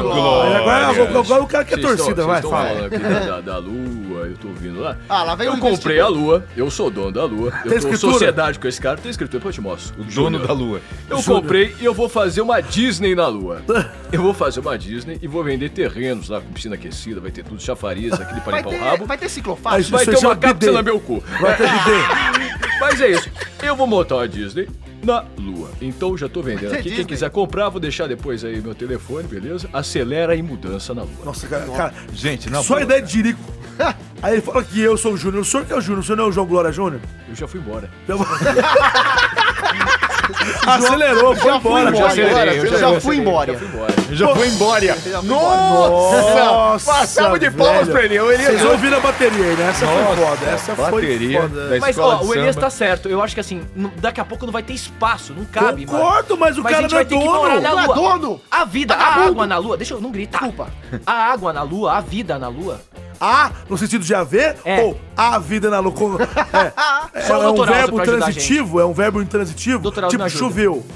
S1: Glória.
S3: agora, agora, agora o cara que é
S9: Vocês
S3: torcida,
S9: tão-
S3: vai,
S9: vocês tão
S3: fala.
S9: falando aqui da, da- da lua, eu tô ouvindo lá.
S2: Ah, lá vem o
S9: Eu comprei
S2: investidor.
S9: a lua, eu sou dono da lua, eu
S3: Tem
S9: tô
S3: escritura?
S9: sociedade com esse cara, tem escritura, depois eu te mostro.
S1: O dono
S9: Júnior.
S1: da lua.
S9: Eu comprei e eu vou fazer uma Disney na lua. Eu vou fazer uma Disney e vou vender terrenos lá com piscina aquecida, vai ter tudo chafariz, aquele pra
S2: Vai
S9: limpar o
S2: ter,
S9: rabo.
S2: vai ter
S3: Aí
S2: ciclofaixa.
S3: isso
S9: Vai ter
S3: chama
S9: uma capa pra você
S3: bidê.
S9: lamber o cu.
S3: Vai ter bidê.
S9: Mas é isso. Eu vou montar uma Disney na Lua. Então já tô vendendo
S2: Tem
S9: aqui. Quem
S2: Disney?
S9: quiser comprar, vou deixar depois aí meu telefone, beleza? Acelera e mudança na Lua.
S3: Nossa, cara, cara
S1: Gente, não.
S3: só a
S1: pô.
S3: ideia de Jerico. Aí ele fala que eu sou o Júnior. O senhor que é o Júnior? O senhor não é o João Glória Júnior?
S9: Eu já fui embora.
S3: Eu vou- Acelerou, foi embora.
S2: embora.
S3: já acelerou.
S2: acelerei, eu já acelerei,
S9: Já
S2: já
S9: fui
S2: fui
S9: embora.
S1: Já foi embora.
S3: Nossa,
S1: Nossa! Passava de palmas
S3: velho.
S1: pra ele. Eu assim,
S3: Vocês
S1: iria...
S3: ouviram a bateria aí, né? Essa foi
S1: Nossa,
S3: foda. Essa foi
S1: bateria
S3: foda.
S1: da
S5: Mas,
S1: escola
S5: ó,
S1: de
S5: o Elias
S1: samba.
S5: tá certo. Eu acho que assim, não- daqui a pouco não vai ter espaço, não cabe, mano.
S3: Concordo, mas o
S5: Mas a
S3: cara
S5: gente
S3: não é
S5: vai ter que morar na
S3: dono.
S2: Não é
S5: lua.
S2: dono?
S5: A vida, a
S2: Vagabundo.
S5: água na lua. Deixa eu não gritar. Desculpa. A água na lua, a vida na lua.
S3: A, no sentido de haver,
S5: É.
S3: ou a vida na loucura. É, é,
S5: Só o
S3: é um
S5: doutor Alzo
S3: verbo
S5: pra ajudar a gente.
S3: transitivo, é um verbo intransitivo.
S5: Doutor Alzo
S3: tipo,
S5: me ajuda.
S3: choveu.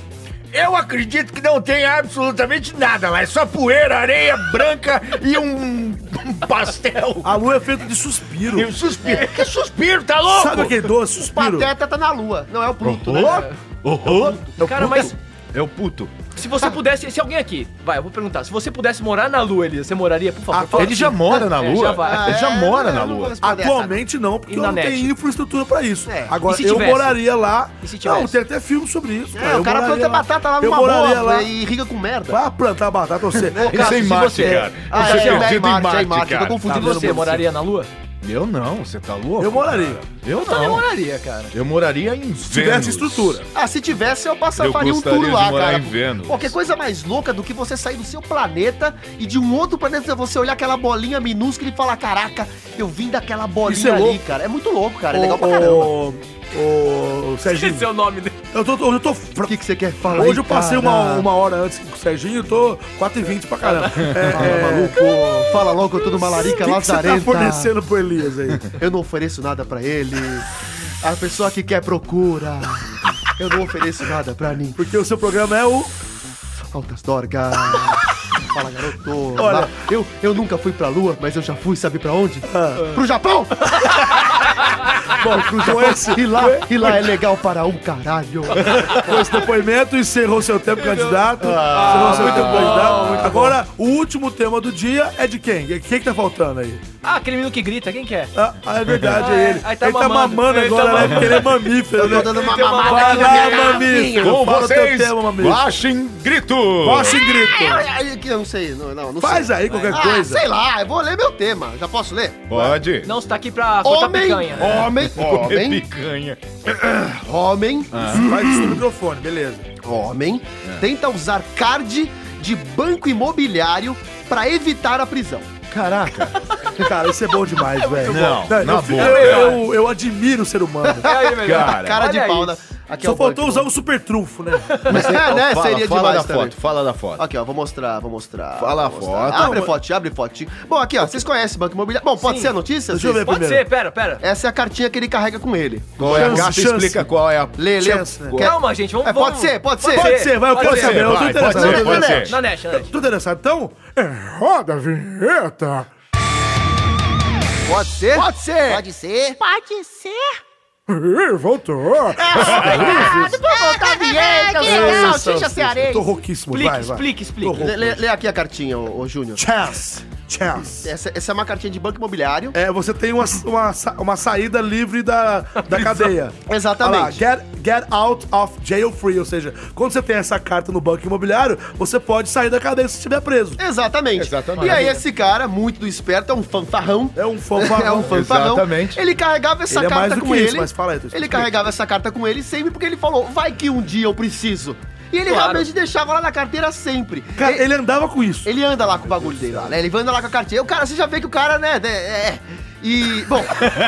S1: Eu acredito que não tem absolutamente nada lá. É só poeira, areia branca e um, um pastel.
S3: A lua é feita de suspiro.
S1: E um suspiro. Que suspiro, tá louco?
S3: Sabe aquele doce? Suspiro.
S2: Pateta tá na lua, não é o Pluto, né?
S1: Oh, oh, oh.
S5: Cara, mas
S1: É o puto.
S5: se você pudesse. Se alguém aqui. Vai, eu vou perguntar. Se você pudesse morar na lua, Elias, você moraria, por favor? fala.
S1: Ele já mora na
S5: É,
S1: lua.
S5: já vai.
S1: ele já
S2: É,
S1: mora
S2: eu
S1: na
S2: não vou
S1: lua.
S2: responder essa.
S3: Atualmente não, porque
S5: E
S3: eu
S5: na
S3: não
S5: net?
S3: tenho infraestrutura pra isso.
S2: É.
S3: Agora,
S5: E se
S3: eu
S5: tivesse?
S3: moraria lá.
S5: E se tivesse?
S3: não, tem até filme sobre isso.
S2: É,
S3: Eu
S2: o cara
S3: moraria
S2: planta
S3: lá.
S2: batata lá
S3: eu
S2: numa
S3: moraria
S2: boa
S3: lá. né?
S2: e riga com merda.
S3: Vá plantar batata, você.
S5: Né?
S1: Isso é em Marte, cara.
S2: Ah,
S1: Isso
S2: é,
S1: é,
S2: é, é,
S1: perdido em Marte,
S2: eu tô
S1: cara.
S5: E
S2: confundindo
S5: um você moraria na lua?
S1: Eu não, você tá louco?
S3: Eu moraria.
S1: Eu não.
S5: também moraria, cara.
S1: Eu moraria em Vênus.
S3: Tivesse estrutura.
S2: Ah, se tivesse, eu
S1: Eu
S2: passaria faria um
S1: gostaria
S2: tour
S1: de
S2: lá,
S1: morar
S2: cara.
S1: em Vênus.
S2: Qualquer coisa mais louca do que você sair do seu planeta e de um outro planeta você olhar aquela bolinha minúscula e falar: Caraca, eu vim daquela bolinha
S3: Isso é
S2: ali,
S3: louco.
S2: cara. É muito louco, cara. É
S3: Ô,
S2: legal pra caramba.
S3: ô, ô, ô, Serginho,
S5: Esse é o nome dele.
S3: eu tô, hoje eu tô fra-
S2: O que, que você quer falar?
S3: Hoje eu passei uma,
S2: cara?
S3: uma hora antes com o Serginho, eu tô 4h20 pra caramba.
S2: Fala,
S3: É, é,
S2: maluco. Fala logo, eu tô numa
S3: o que,
S2: larica
S3: que você tá
S2: lazarenta.
S3: fornecendo pro Elias aí?
S2: Eu não ofereço nada pra ele. A pessoa que quer procura. Eu não ofereço nada pra ninguém.
S3: Porque o seu programa é o...
S2: Altas dorgas. Fala, garoto.
S3: Olha.
S2: eu, eu nunca fui pra lua, mas eu já fui, sabe pra onde? Pro Japão!
S3: Ah. Bom, com esse,
S2: E lá, e lá é legal para um caralho.
S3: com esse depoimento, encerrou seu tempo, candidato. encerrou seu tempo, candidato. Agora, o último tema do dia é de quem? Quem que tá faltando aí?
S5: Ah, aquele menino que grita, quem que é?
S3: Ah, ah, é verdade,
S5: Ah,
S3: é
S5: é.
S3: ele.
S5: Aí tá
S3: ele tá
S5: mamando.
S3: mamando
S5: Ele tá
S3: agora, né?
S5: mamando.
S3: Porque ele é mamífero.
S2: Eu tô
S3: né?
S2: dando uma
S5: Tem uma
S2: mamada
S3: Vai
S2: aqui na
S3: lá,
S2: minha
S3: mamífero.
S1: Com
S3: Fala o teu
S1: vocês,
S3: tema, mamífero.
S1: Baixem grito.
S3: Faça em grito.
S2: Ai, ai, que Ah, Eu não sei, não, não, não
S3: Faz
S2: sei.
S3: aí qualquer
S2: Ah,
S3: coisa.
S2: sei lá, eu vou ler meu tema. Já posso ler?
S1: Pode.
S5: Não, você tá aqui pra cortar
S2: Homem,
S5: picanha, né?
S2: homem,
S1: Comer
S2: homem,
S1: picanha.
S2: homem,
S3: Faz isso no microfone, beleza.
S2: homem, tenta usar card de banco imobiliário pra evitar a prisão. Caraca.
S3: Cara, isso é bom demais, velho.
S1: Não,
S3: eu
S1: na
S3: fi-
S1: boa.
S3: eu, eu, eu admiro o ser humano.
S5: É aí, melhor.
S1: Cara,
S2: Cara de
S5: Olha
S2: pau,
S5: isso.
S2: né? Aqui é
S3: Só
S2: o
S3: faltou
S2: banco.
S3: usar um super trunfo, né?
S2: É, né?
S1: fala,
S2: Seria
S1: fala da
S2: demais também.
S1: foto, fala da foto.
S2: Aqui, ó, vou mostrar, vou mostrar.
S1: Fala
S2: vou
S1: a
S2: mostrar.
S1: foto.
S2: Abre a foto, abre a foto. Bom, aqui, ó, vocês conhecem Banco Imobiliário. Bom, pode
S5: Sim.
S2: ser a notícia?
S3: Deixa eu
S2: Cis?
S3: ver
S5: Pode
S3: primeiro.
S5: ser, pera, pera.
S2: Essa é a cartinha que ele carrega com ele.
S1: Qual é a
S3: Chance,
S1: carta?
S3: chance.
S1: Explica qual é a...
S2: Lê, lê.
S3: Chance, né?
S2: Quer-
S5: Calma, gente, vamos...
S2: É, pode
S5: vamos-
S2: ser, pode ser.
S3: Pode ser, vai, eu
S5: Pode
S3: quero
S5: ser,
S3: saber. Eu tô
S1: vai, pode
S3: interessado.
S1: ser,
S3: Eu tô
S1: pode
S3: interessado.
S1: ser.
S5: Na net, na net.
S3: Tô interessado. Então, é, roda a vinheta.
S2: Pode ser? Pode ser.
S7: Pode ser?
S10: Pode ser?
S7: Ah, depois voltar a vinheta,
S10: Que
S7: seu
S10: legal.
S7: salsicha é cearense.
S3: Tô rouquíssimo,
S5: Explique,
S3: vai, vai.
S5: explique, explique.
S2: Lê, lê- lê aqui a cartinha, ô, ô Júnior.
S3: Chance. Chance.
S2: Essa, essa é uma cartinha de banco imobiliário.
S3: É, você tem uma, uma, sa- uma saída livre da, da cadeia.
S2: Exatamente.
S3: Olha lá, get, get out of jail free, ou seja, quando você tem essa carta no banco imobiliário, você pode sair da cadeia se estiver preso.
S2: Exatamente.
S1: Exatamente.
S2: E aí esse cara, muito do esperto, é um fanfarrão.
S3: É um fanfarrão.
S2: é um fanfarrão.
S1: Exatamente.
S2: Ele carregava essa
S3: Ele é
S2: carta
S3: mais do
S2: com
S3: que
S2: ele.
S3: isso, mas fala aí, tu
S2: ele
S3: explica.
S2: carregava essa carta com ele sempre porque ele falou: "Vai que um dia eu preciso". E ele
S5: Claro.
S2: realmente deixava lá na carteira sempre.
S3: Cara,
S2: ele,
S3: ele andava com isso.
S2: ele anda lá com o bagulho dele lá, né? Ele anda lá com a carteira. O cara, você já vê que o cara, né, né, é e, bom,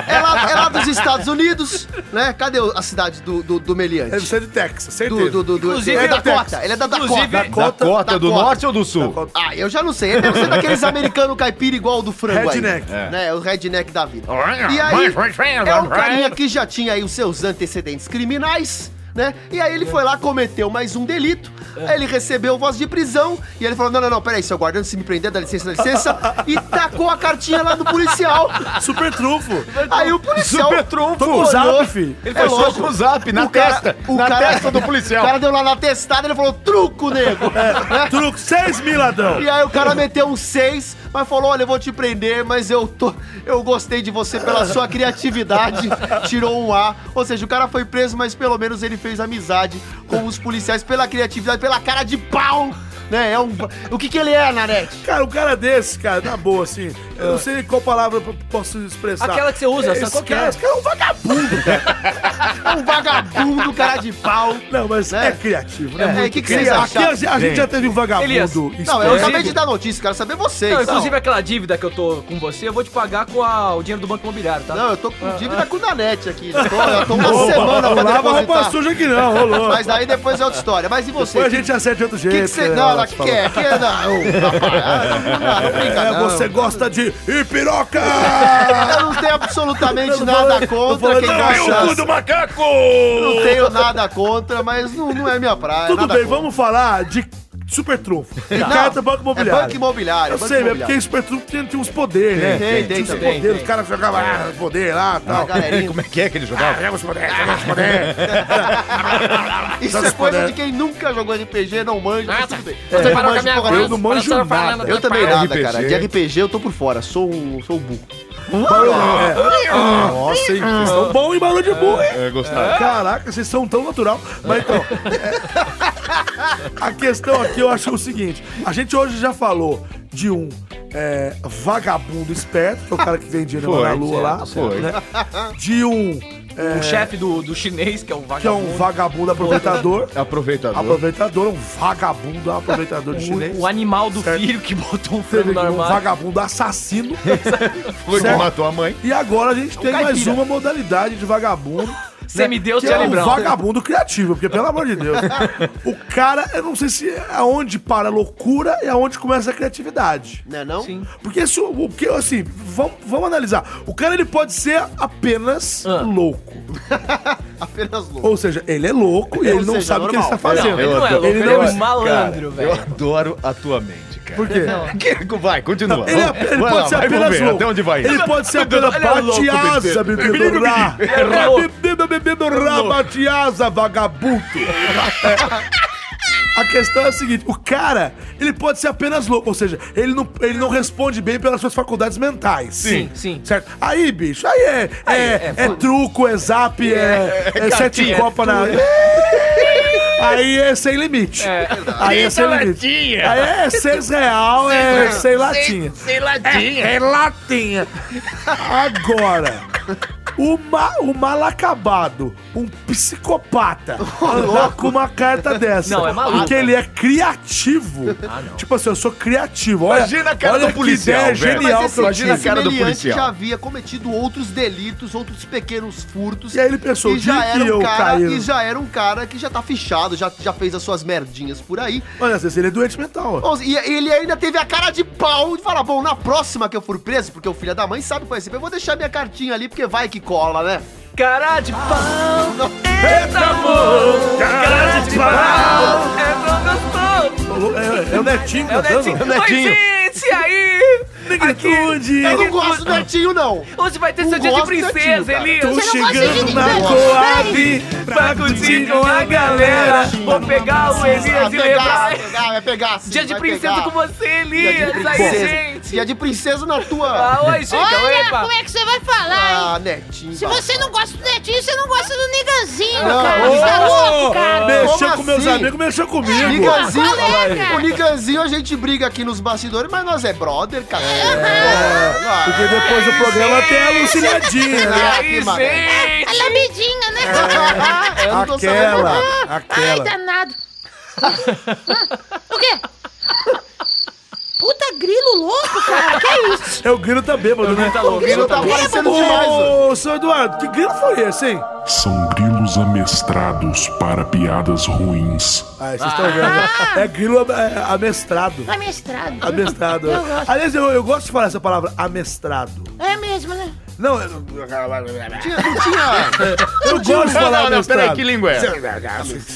S2: é lá, é lá dos Estados Unidos, né? Cadê o- a cidade do, do, do Meliante?
S3: Deve ser de Texas, É, certeza.
S2: do, do, do, do,
S5: Inclusive,
S2: é da
S5: Texas.
S2: Dakota. Ele é da Dakota.
S5: Inclusive,
S1: Da
S3: Cota-
S1: cota do
S2: Dakota.
S1: norte ou do sul?
S2: Ah, eu já não sei. Ele deve ser daqueles americanos caipira igual o do frango
S3: Redneck.
S1: É.
S2: aí. Né? O redneck da vida. E aí, é um carinha que já tinha aí os seus antecedentes criminais, né? E aí ele foi lá, cometeu mais um delito, aí ele recebeu voz de prisão, e ele falou, não, não, não, peraí, seu guardião, se me prender, dá licença, dá licença, e tacou a cartinha lá do policial.
S3: Super trunfo.
S2: Aí o policial...
S1: Super trunfo.
S3: Tô com
S2: Olhou.
S3: o zap, fi.
S1: Ele
S2: É
S1: foi só
S2: lógico.
S1: com o zap na
S2: o cara-
S1: testa.
S2: o
S1: na
S2: cara-
S1: testa do
S2: O
S1: policial.
S2: cara deu lá na testada, ele falou, truco, nego. né?
S3: Truco, 6 um mil, ladrão.
S2: E aí o cara meteu um 6, mas falou: olha, eu vou te prender, mas eu tô. Eu gostei de você pela sua criatividade. Tirou um A. Ou seja, o cara foi preso, mas pelo menos ele fez amizade com os policiais pela criatividade, pela cara de pau! Né? É um. O que que ele é, Nanete?
S3: Cara, um cara desse, cara, na boa, assim, eu
S2: É.
S3: não sei qual palavra eu posso expressar.
S5: Aquela que você usa,
S3: esse
S5: sabe qual que é?
S3: cara, esse cara é um vagabundo, cara.
S2: É um vagabundo, cara de pau.
S3: Não, mas é,
S2: É.
S3: criativo,
S2: É,
S3: né?
S2: e o que que vocês
S3: Aqui
S2: acharam?
S3: a, gente- a gente já teve um vagabundo.
S5: Elias,
S2: Não, eu
S3: esperto.
S2: acabei de dar notícia, quero saber vocês.
S5: Não, inclusive aquela dívida que eu tô com você, eu vou te pagar com a- o dinheiro do Banco Imobiliário, tá?
S2: Não, eu tô com dívida com o Nanete aqui. Eu tô, eu tô uma semana
S3: Não
S2: pra
S3: lava roupa
S2: depositar.
S3: suja aqui não, rolou.
S2: Mas daí depois é outra história. Mas e você?
S3: Depois a gente acerta de outro
S2: Que
S3: jeito.
S2: que você.
S3: né,
S2: Não, o
S3: Alex
S2: que,
S3: falou.
S2: que é? Que é? Não, ô, rapaz, ah, não, não, não brinca,
S3: É,
S2: não.
S3: você gosta de ipiroca!
S2: Eu não tenho tá absolutamente
S3: Eu não vou-
S2: nada
S3: eu vou
S2: contra quem é
S3: levar o
S2: cachaça.
S3: cu do
S1: macaco!
S2: Não tenho nada contra, mas não, não é minha praia.
S3: Tudo
S2: nada
S3: bem,
S2: contra.
S3: vamos falar de super trunfo. E
S2: Não,
S3: carta banco imobiliário.
S2: É banco imobiliário.
S3: Eu
S2: banco
S3: sei, mas é
S2: imobiliário.
S3: porque super trunfo tinha, tinha uns poderes, né?
S2: Tem, tem,
S3: tinha uns
S2: também,
S3: poderes,
S2: tem.
S3: os caras jogavam ah, poder lá e
S2: Ah,
S3: tal.
S2: galerinha,
S1: Como é que é que ele jogava?
S3: Jogava os poderes, jogava os poderes.
S2: isso é coisa de quem nunca jogou RPG, não manja. mas tudo bem.
S8: Ah, tá. Você parou com a
S2: manjo
S8: minha
S2: porra
S8: voz.
S3: É. eu não manjo
S8: Professor Fernando,
S3: nada.
S2: Eu
S8: você
S2: também
S8: parou.
S2: nada,
S1: RPG.
S2: cara. De RPG eu tô por fora, sou um, sou um burro.
S3: É. Nossa, hein? Vocês são bons em barulho de burro, hein?
S1: É, gostaram.
S3: Caraca, vocês são tão natural. Mas então, é, a questão aqui eu acho o seguinte: a gente hoje já falou de um é, vagabundo esperto, que é o cara que vem dinheiro
S1: Foi,
S3: na lua lá,
S1: certo, foi.
S3: né? De um
S5: O chefe do, do chinês, que é um
S3: que é
S5: vagabundo.
S3: um vagabundo aproveitador,
S1: Aproveitador.
S3: aproveitador, um vagabundo aproveitador de chinês.
S5: O, o Um animal do
S3: Certo.
S5: filho que botou um
S3: Teve
S5: frango no
S3: um
S5: armário.
S3: vagabundo assassino.
S1: Foi que
S3: certo.
S1: matou a mãe.
S3: E agora a gente tem mais
S5: Um caipira.
S3: uma modalidade de vagabundo.
S5: Semideus
S3: que é
S5: Charlie
S3: um
S5: Brown.
S3: vagabundo criativo, porque pelo amor de Deus. o cara, eu não sei se é aonde para a loucura e aonde começa a criatividade.
S2: Né não?
S5: Sim.
S3: Porque se o porque, assim, vamos, vamos analisar. O cara ele pode ser apenas
S5: Ah.
S3: louco.
S2: Apenas louco.
S3: Ou seja, ele é louco e
S2: Ou
S3: ele não
S2: seja,
S3: sabe o que ele está
S2: normal.
S5: Não,
S3: fazendo.
S5: ele não é louco, ele,
S3: ele não
S5: é
S3: é-
S5: um malandro,
S1: Cara, Eu
S5: velho.
S1: adoro a tua mente, cara.
S3: Por quê?
S1: Que- Vai, continua.
S3: Ele, é- ele
S1: Vai
S3: pode
S1: lá,
S3: ser
S1: vai,
S3: apenas
S1: vamos ver
S3: louco.
S1: Até onde vai?
S3: Ele pode ser apenas
S5: Ele é louco,
S3: batiasa, bebedouro. É Bebedouro, bebedouro, batiasa, vagabundo. É. A questão é a seguinte, o cara, ele pode ser apenas louco, ou seja, ele não, ele não responde bem pelas suas faculdades mentais.
S5: Sim, sim.
S3: Certo? Aí, bicho, aí é,
S5: Aí
S3: é,
S5: é
S3: é truco, é zap, é, é sete
S5: cartinha,
S3: copas na... Aí é sem limite. Aí é sem limite. Aí é seis real, é sem latinha.
S8: Sei lá, tinha.
S3: É latinha. Agora, o, ma, o mal acabado, um psicopata, andar com uma carta dessa.
S5: Não, é maluco.
S3: Porque ele é criativo. Tipo assim, eu sou criativo. Olha,
S1: Imagina a cara do
S3: olha que
S1: policial,
S3: ideia
S1: velho.
S3: genial
S1: Mas
S3: que eu
S1: esse-
S3: tive.
S1: imagina a cara do
S2: Meliante
S1: policial.
S2: é já havia cometido outros delitos, outros pequenos furtos.
S3: E aí ele pensou, o
S2: e já
S3: dia
S2: era
S3: que eu
S2: um cara,
S3: cair-
S2: E já era um cara que já tá fichado, já, já fez as suas merdinhas por aí.
S3: Olha, Cecília, ele é doente mental. ó.
S2: Ou- E ele ainda teve a cara de pau de falar, bom, na próxima que eu for preso, porque o filho da mãe sabe conhecer, eu vou deixar minha cartinha ali, porque vai que cola, né?
S5: Cara de pau,
S2: Não.
S5: eita amor, cara de pau, é tão gostoso.
S3: É, é o Netinho
S5: É o
S3: cantando.
S4: né?
S5: Netinho. Oi, gente, aí?
S3: Negritude!
S2: Eu não gosto do netinho, não.
S5: Hoje vai ter
S4: Um
S2: Não
S5: seu dia de
S2: gosto daquilo,
S5: princesa,
S2: cara.
S5: Elias.
S3: Tô
S7: Você não gosta
S3: chegando
S7: de
S3: na
S7: ninguém.
S3: Coab
S5: Pra curtir com a galera. Vou pegar o
S2: Ah,
S5: Elias e
S2: pegar,
S5: lembrar.
S2: vai pegar, vai pegar. sim,
S5: Dia de
S2: vai
S5: princesa
S2: pegar.
S5: com você,
S2: Dia de
S5: Elias. Aí,
S2: princesa.
S5: gente.
S2: Dia de princesa na tua.
S5: Ah, oi, gente.
S7: Olha
S5: Epa.
S7: como é que você vai falar, hein?
S2: Ah, netinho.
S7: Se você não gosta do netinho, você não gosta do niganzinho,
S2: Não,
S7: cara. Você tá louco, cara.
S3: Mexeu
S2: Como
S3: com meus
S2: assim?
S3: amigos, mexeu comigo.
S2: Niganzinho,
S7: Qual é, cara?
S2: o Niganzinho a gente briga aqui nos bastidores, mas nós é brother, cara.
S3: Porque
S2: É,
S3: depois do programa tem a Luciladinha, né?
S2: Ah,
S5: Aí,
S2: que maravilha.
S7: A
S5: gente.
S7: lambidinha, né?
S2: Eu não tô sabendo.
S3: É. Aquela,
S7: Ai,
S3: aquela.
S7: danado. Hum, o quê? Puta grilo louco, cara. Que isso?
S3: É o grilo tá bêbado, né?
S5: Tá louco.
S2: Ele não tá aparecendo demais. ó.
S3: Ô, seu Eduardo, que grilo foi esse, hein?
S6: São grilos amestrados para piadas ruins.
S3: Ah, vocês estão vendo. É grilo am- é, amestrado.
S7: Tá mestrado.
S3: Amestrado.
S7: Eu gosto.
S3: Aliás, eu, eu gosto de falar essa palavra, amestrado.
S7: É mesmo, né?
S3: Não, eu,
S2: Tinha- Não tinha.
S3: eu gosto de
S1: Não,
S3: falar
S1: não, não,
S3: amestrado.
S1: peraí, que língua é?
S3: Isso aqui é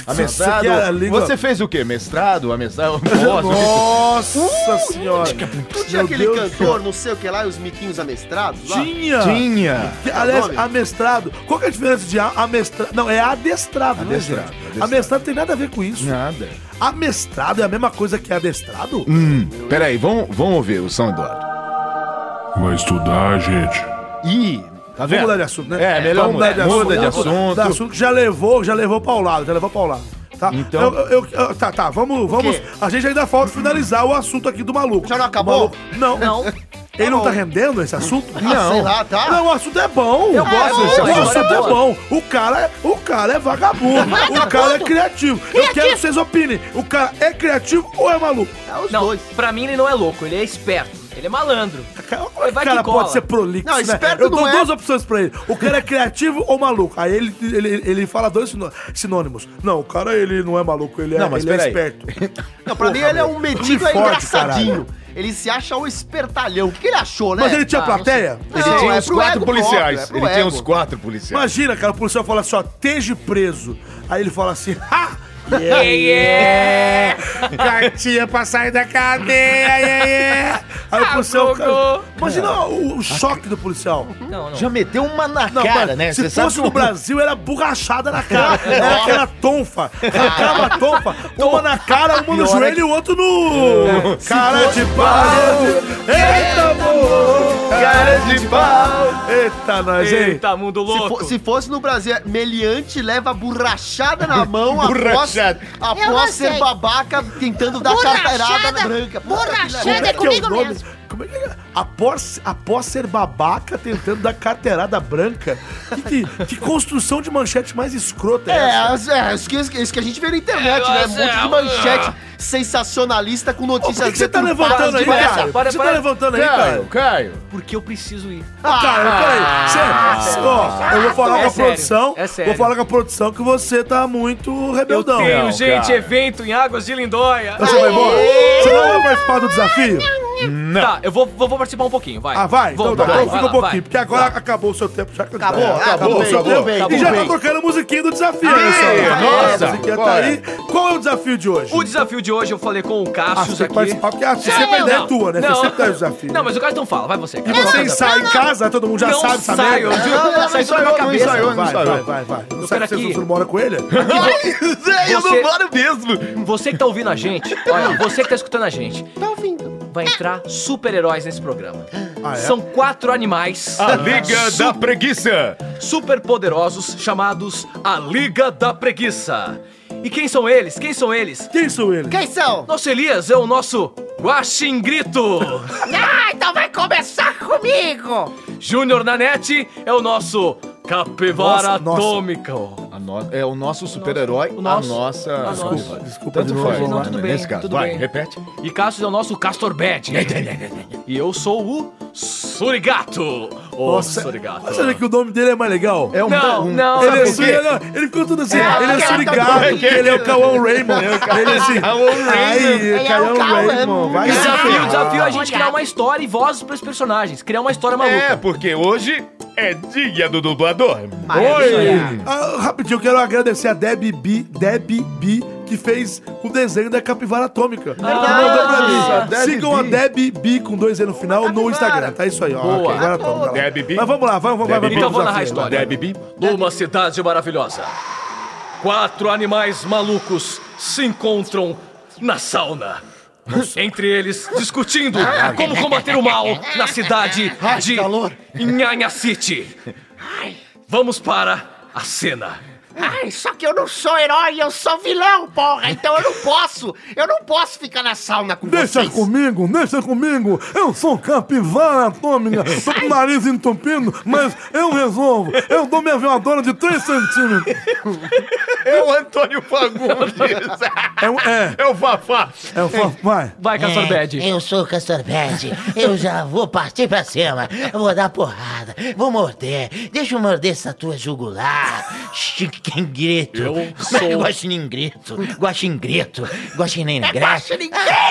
S3: a
S1: Amestrado?
S3: língua-
S1: Você fez o quê? Mestrado? Amestrado?
S3: Nossa senhora.
S2: Não tinha
S3: Meu
S2: aquele
S3: Deus do
S2: cantor, não sei o que lá, e os miquinhos amestrados lá?
S3: Tinha.
S1: Tinha.
S3: Que, aliás,
S2: nome?
S3: amestrado. Qual que é a diferença de a- amestrado? Não, é adestrado. não é, gente?
S1: Adestrado, adestrado.
S3: Amestrado tem nada a ver com isso.
S1: Nada.
S3: Amestrado é a mesma coisa que adestrado?
S1: Hum, peraí, vamos, vamos ouvir o São Eduardo.
S6: Vai estudar, gente.
S1: Ih, tá vendo?
S3: Vamos mudar de assunto, né?
S1: É, melhor
S3: Vamos
S1: mudar de assunto. Muda de
S3: Vamos mudar de
S1: assunto.
S3: assunto que já levou, já levou pra lado, já levou pra lado. Tá?
S1: Então-
S3: Eu- eu- eu- tá, tá, vamos, vamos. A gente ainda falta finalizar o assunto aqui do maluco.
S2: Já não acabou?
S3: O maluco- Não.
S2: Não. É
S3: Ele não
S2: bom.
S3: tá rendendo esse assunto?
S2: Ah, sei lá, tá?
S3: Não, o assunto é bom. Eu
S5: gosto desse
S3: O
S5: assunto.
S3: assunto
S5: História
S3: é
S5: boa.
S3: bom. O cara, é- o cara é vagabundo. o cara é criativo. Eu quero que vocês opinem. O cara é criativo ou é maluco?
S2: É os
S5: Não,
S2: dois.
S5: pra mim ele não é louco, ele é esperto. Ele é malandro.
S3: O
S5: Vai que
S3: cara
S5: cola.
S3: pode ser prolixo,
S2: Não,
S3: né?
S2: esperto
S3: Eu dou
S2: não é.
S3: duas opções pra ele. O cara é criativo ou maluco. Aí ele, ele, ele fala dois sino- sinônimos. Não, o cara ele não é maluco, ele é,
S1: Não, mas
S3: ele
S1: peraí.
S3: é esperto.
S2: Não, pra mim ele é um metido
S3: Me
S2: é
S3: fode,
S2: engraçadinho. Ele se acha um espertalhão. O que que ele achou, né?
S3: Mas ele tinha plateia?
S1: Ele
S2: Não,
S1: tinha
S2: é
S1: uns
S2: pro
S1: quatro
S2: ego
S1: policiais.
S2: próprio, é pro
S1: ele tinha
S2: ego.
S1: uns quatro policiais.
S3: Imagina, cara, o policial fala assim, ó, esteja preso. Aí ele fala assim, ha!
S5: Yeah, yeah.
S3: Cartinha pra sair da cadeia, yeah, yeah. Ah, Aí o policial. Cara,
S5: Afogou.
S3: imagina o, o choque do policial.
S5: Não, não.
S1: Já meteu uma na
S3: Não,
S1: cara,
S3: mas
S1: né?
S3: Se
S1: Você
S3: fosse
S1: sabe
S3: no
S1: que-
S3: Brasil, era borrachada na cara. Era aquela tonfa. Arrancava a tonfa, uma na cara, uma
S1: Pior
S3: no
S1: é
S3: joelho e o outro no. Cara de pau! Eita, amor!
S1: Cara de pau!
S3: Eita,
S7: é?
S3: nós, hein?
S5: Eita, mundo
S2: Se,
S5: louco.
S2: fo- se fosse no Brasil, é meliante leva borrachada na mão após,
S1: Borrachada.
S7: Eu não
S2: após ser
S7: sei.
S2: babaca tentando dar carteirada branca. Puta que
S7: Borrachada.
S3: Como
S7: Borrachada
S3: é
S7: é
S3: que é o
S7: comigo
S3: nome?
S7: mesmo.
S3: Como é que é? Após, após ser babaca tentando dar carteirada branca. Que, que- que construção de manchete mais escrota é,
S2: É,
S3: essa?
S2: as- é, isso, que, isso que a gente vê na
S3: É,
S2: internet, né? Um monte de manchete sensacionalista com
S3: Ô,
S2: notícias.
S3: Por que, que você tá
S2: deturpadas
S3: levantando aí,
S2: de
S5: para,
S3: cara? Por
S5: para,
S3: que Você tá
S5: para.
S3: levantando aí, cara?
S1: Caio, Caio.
S5: Porque eu preciso ir.
S3: Cara, peraí. Cê, cê- ó, eu vou falar
S5: É
S3: com a
S5: sério,
S3: produção.
S5: é sério.
S3: Vou falar com a produção que você tá muito
S5: Eu
S3: rebeldão.
S5: tenho,
S1: Não,
S5: gente,
S1: cara.
S5: evento em Águas de Lindóia.
S3: Você vai embora? Você não vai participar do desafio?
S5: Tá, eu vou, vou, vou participar um pouquinho, vai.
S3: Ah, vai?
S5: Vou,
S3: então tá, então
S5: vai,
S3: fica
S5: vai
S3: um
S5: lá,
S3: pouquinho,
S5: vai.
S3: porque agora acabou o seu tempo. Já
S2: Acabou, acabou,
S3: acabou o seu
S2: acabou,
S3: tempo.
S2: bem,
S3: e
S2: acabou,
S3: já tá
S2: bem.
S3: tocando a musiquinha do desafio,
S1: Ei,
S3: pessoal.
S1: nossa,
S3: A musiquinha tá
S1: bora.
S3: aí. Qual é o desafio de hoje?
S5: O desafio de hoje eu falei com o
S3: Ah, você
S5: Cassius
S3: tem que
S5: aqui.
S3: participar, porque ah, se você
S7: Não,
S3: perder é
S5: Não,
S3: tua, né?
S5: Não,
S3: Você sempre dá o desafio.
S5: Não, mas o cara não fala, vai você.
S3: E
S5: cara.
S3: você
S5: Vai,
S3: ensaia em casa, todo mundo já
S5: Não
S3: sabe né? essa
S5: saio,
S3: merda.
S5: viu?
S2: Não, não,
S5: Sai
S2: não
S5: só na
S2: ensaiou,
S5: minha
S2: não
S5: cabeça.
S2: ensaiou,
S3: Vai,
S1: Saiu.
S3: vai, vai, vai. Não sabe
S5: quero
S3: que você
S5: aqui-
S3: não mora com ele?
S2: Eu
S5: Você-
S2: não moro mesmo.
S5: Você que tá ouvindo a gente, olha, você que tá escutando a gente. Tá ouvindo. Vai entrar super-heróis nesse programa.
S3: Ah, é?
S5: São quatro animais ah,
S1: A Liga da Preguiça.
S5: super-poderosos chamados a Liga da Preguiça. E quem são eles? Quem são eles?
S3: Quem são eles?
S2: Quem são?
S5: Nosso Elias é o nosso Guaxingrito.
S7: Ah, então vai começar comigo.
S5: Júnior Nanete é o nosso Capivara
S3: Nossa, nossa.
S5: Atômico.
S1: A no- É o nosso super-herói,
S5: O
S1: a
S5: nosso.
S1: nossa...
S5: A nossa.
S1: Desculpa,
S3: Desculpa
S1: Tanto
S3: de novo,
S1: faz.
S3: vamos lá.
S5: Não, tudo bem,
S1: Nesse caso,
S5: tudo
S1: vai,
S5: bem.
S1: repete.
S5: E Cassius é o nosso Castor Bad. E eu sou o Surigato. O
S3: Nossa,
S5: Surigato.
S3: você vê que o nome dele é mais legal?
S1: É um...
S5: Não,
S1: um-
S5: não,
S3: Ele, é
S5: sabe por
S3: suri-
S5: quê?
S3: ele, ele ficou tudo assim, ele é
S2: porque
S3: surigado,
S2: ela tá
S3: ele é o Cauã Raymond. Ele é assim,
S1: Cauã
S3: aí,
S2: Ele é o
S3: Cauã
S2: Cauã
S3: Raymond, vai se
S5: Desafio,
S3: ferrar.
S5: desafio é a gente criar uma história e vozes pros personagens. Criar uma história maluca.
S1: É, porque hoje é dia do dublador.
S3: Oi! Ah, rapidinho, eu quero agradecer a Deb B, Deb B, que fez o desenho da capivara atômica.
S11: Verdade.
S3: Mandou pra mim.
S6: Deb
S3: Sigam a
S6: B.
S3: Deb B com dois E no final no
S11: Capivara.
S3: Instagram. Tá isso aí, ó.
S7: Boa.
S3: Ok, agora toma. tá bom.
S6: Deb B.
S3: Mas vamos lá, vamos, vamos, vamos.
S6: Deb B.
S7: Então vou narrar a
S3: desafio,
S7: história.
S6: Debbie B.
S5: Numa cidade maravilhosa, quatro animais malucos se encontram na sauna. Entre eles, discutindo como combater o mal na cidade de Nhanha City. Vamos para a cena.
S2: Ai, só que eu não sou herói, eu sou vilão, porra. Então eu não posso, eu não posso ficar na sauna com
S3: Deixa
S2: vocês.
S3: comigo, deixa comigo. Eu sou capivara atômica. Tô com o nariz entupido, mas eu resolvo. Eu dou minha voadora de 3 centímetros.
S6: É o Antônio Fagundes.
S3: É, um- é,
S6: É o Fafá.
S3: é o fofo, vai.
S7: Vai,
S9: É,
S7: Castor Bad.
S9: Eu sou o Castor Bad. Eu já vou partir pra cima. Vou dar porrada. Vou morder. Deixa eu morder essa tua jugular. Chiquingrito.
S5: Eu
S9: Como é que
S5: sou-
S9: Guaxiningreto. Guaxingrito. Guaxinengreto.
S2: Guaxiningreto,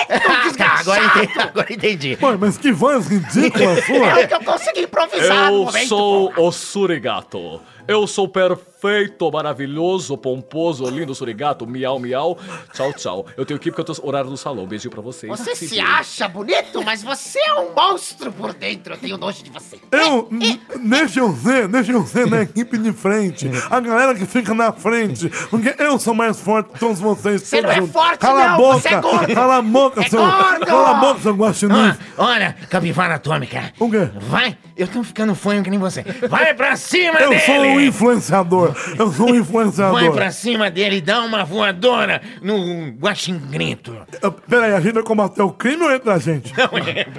S9: Tá, agora entendi. Agora entendi.
S3: Pô, mas que voz ridícula a
S2: É o
S3: sua.
S2: que eu consegui improvisar no
S5: Eu
S2: momento.
S5: sou o Surigato. Eu sou perfeito, maravilhoso, pomposo, lindo Surigato. Miau, miau. Tchau, tchau. Eu tenho que ir porque eu tô horário do salão. Beijinho pra vocês.
S2: Você se
S5: viram.
S2: acha bonito, mas você é um monstro por dentro. Eu tenho nojo de você.
S3: Eu, n- deixa eu ser, deixa eu ser na equipe de frente. A galera que fica na frente. Porque eu sou mais forte que todos vocês.
S2: Você
S3: todos
S2: não é
S3: juntos.
S2: forte,
S3: Cala a
S2: não,
S3: boca.
S2: você é gordo.
S3: Cala a boca,
S2: É
S3: seu.
S2: gordo.
S3: Cala a boca, seu guaxinim.
S9: Ah, olha, capivara atômica.
S3: O quê?
S9: Vai. Eu tô ficando fanho que nem você. Vai pra cima
S3: Eu
S9: dele.
S3: sou um influenciador. Eu sou um
S9: Vai
S3: influenciador.
S9: pra cima dele e dá uma voadora no guaxingrito.
S3: Ah, Peraí, a gente vai combater o crime ou entra a gente?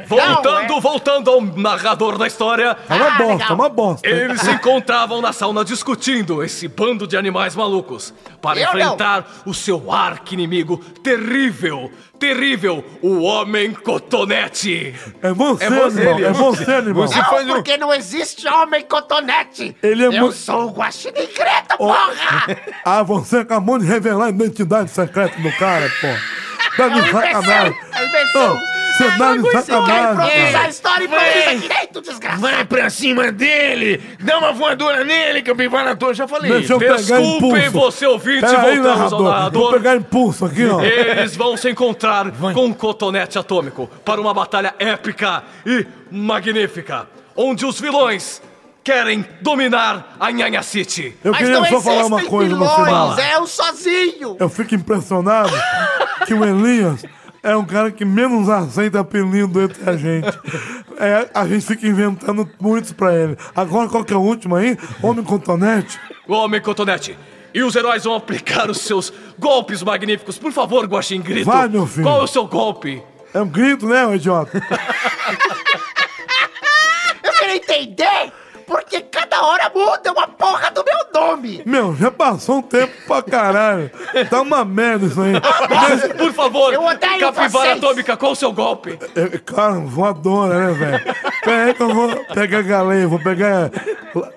S5: Voltando,
S9: é
S2: Não,
S5: voltando ao narrador da história.
S3: É uma
S2: Ah,
S3: bosta,
S2: legal.
S3: é uma bosta.
S5: Eles se encontravam na sauna discutindo esse bando de animais malucos para
S2: Eu não.
S5: enfrentar o seu arqui-inimigo terrível, terrível, o Homem Cotonete.
S3: É você,
S5: É você,
S3: irmão. É
S5: ele.
S3: você, irmão.
S6: Você faz
S2: Não,
S6: o...
S2: porque não existe homem cotonete.
S3: Ele é
S2: Eu
S3: mu-
S2: sou o guaxinigreto, porra.
S3: Ah, você acabou de revelar a identidade secreta do cara, pô. Tá de sacanagem.
S2: É imbecil.
S3: Ô, Você tá de
S2: Quer
S3: sacanagem.
S5: É.
S3: cara.
S2: improvisar a história e improvisa direito, desgraçado.
S9: Vai pra cima dele! Dá uma voadora nele, capivara atômica. Já falei.
S3: Deixa eu pegar
S5: Desculpem
S3: impulso.
S5: você, ouvinte,
S3: Pera aí,
S5: voltamos
S3: narrador.
S5: ao
S3: Vou
S5: narrador. É.
S3: pegar impulso aqui, ó.
S5: Eles vão se encontrar com o cotonete atômico para uma batalha épica e magnífica, onde os vilões querem dominar a Nhanha City.
S3: Eu
S2: Mas
S3: queria
S2: não
S3: só falar uma
S2: existem
S3: coisa no
S2: vilões,
S3: final.
S2: É eu sozinho.
S3: Eu fico impressionado que o Elias é um cara que menos aceita apelido entre a gente. É, a gente fica inventando muitos pra ele. Agora, qual que é o último aí? Homem Cotonete?
S5: O Homem Cotonete. E os heróis vão aplicar os seus golpes magníficos. Por favor, Guaxin Grito.
S3: Vai, meu filho.
S5: Qual é o seu golpe?
S3: É um grito, né, ô idiota?
S2: Eu queria entender porque cada hora muda uma porra do meu nome.
S3: Meu, já passou um tempo pra caralho. Tá uma merda isso aí.
S5: Por favor,
S2: Eu odeio
S5: Capivara
S2: vocês.
S5: Atômica, qual é o seu golpe?
S3: Eu, cara, voadora, né, velho? Peraí que eu vou pegar galinho, vou pegar. lá-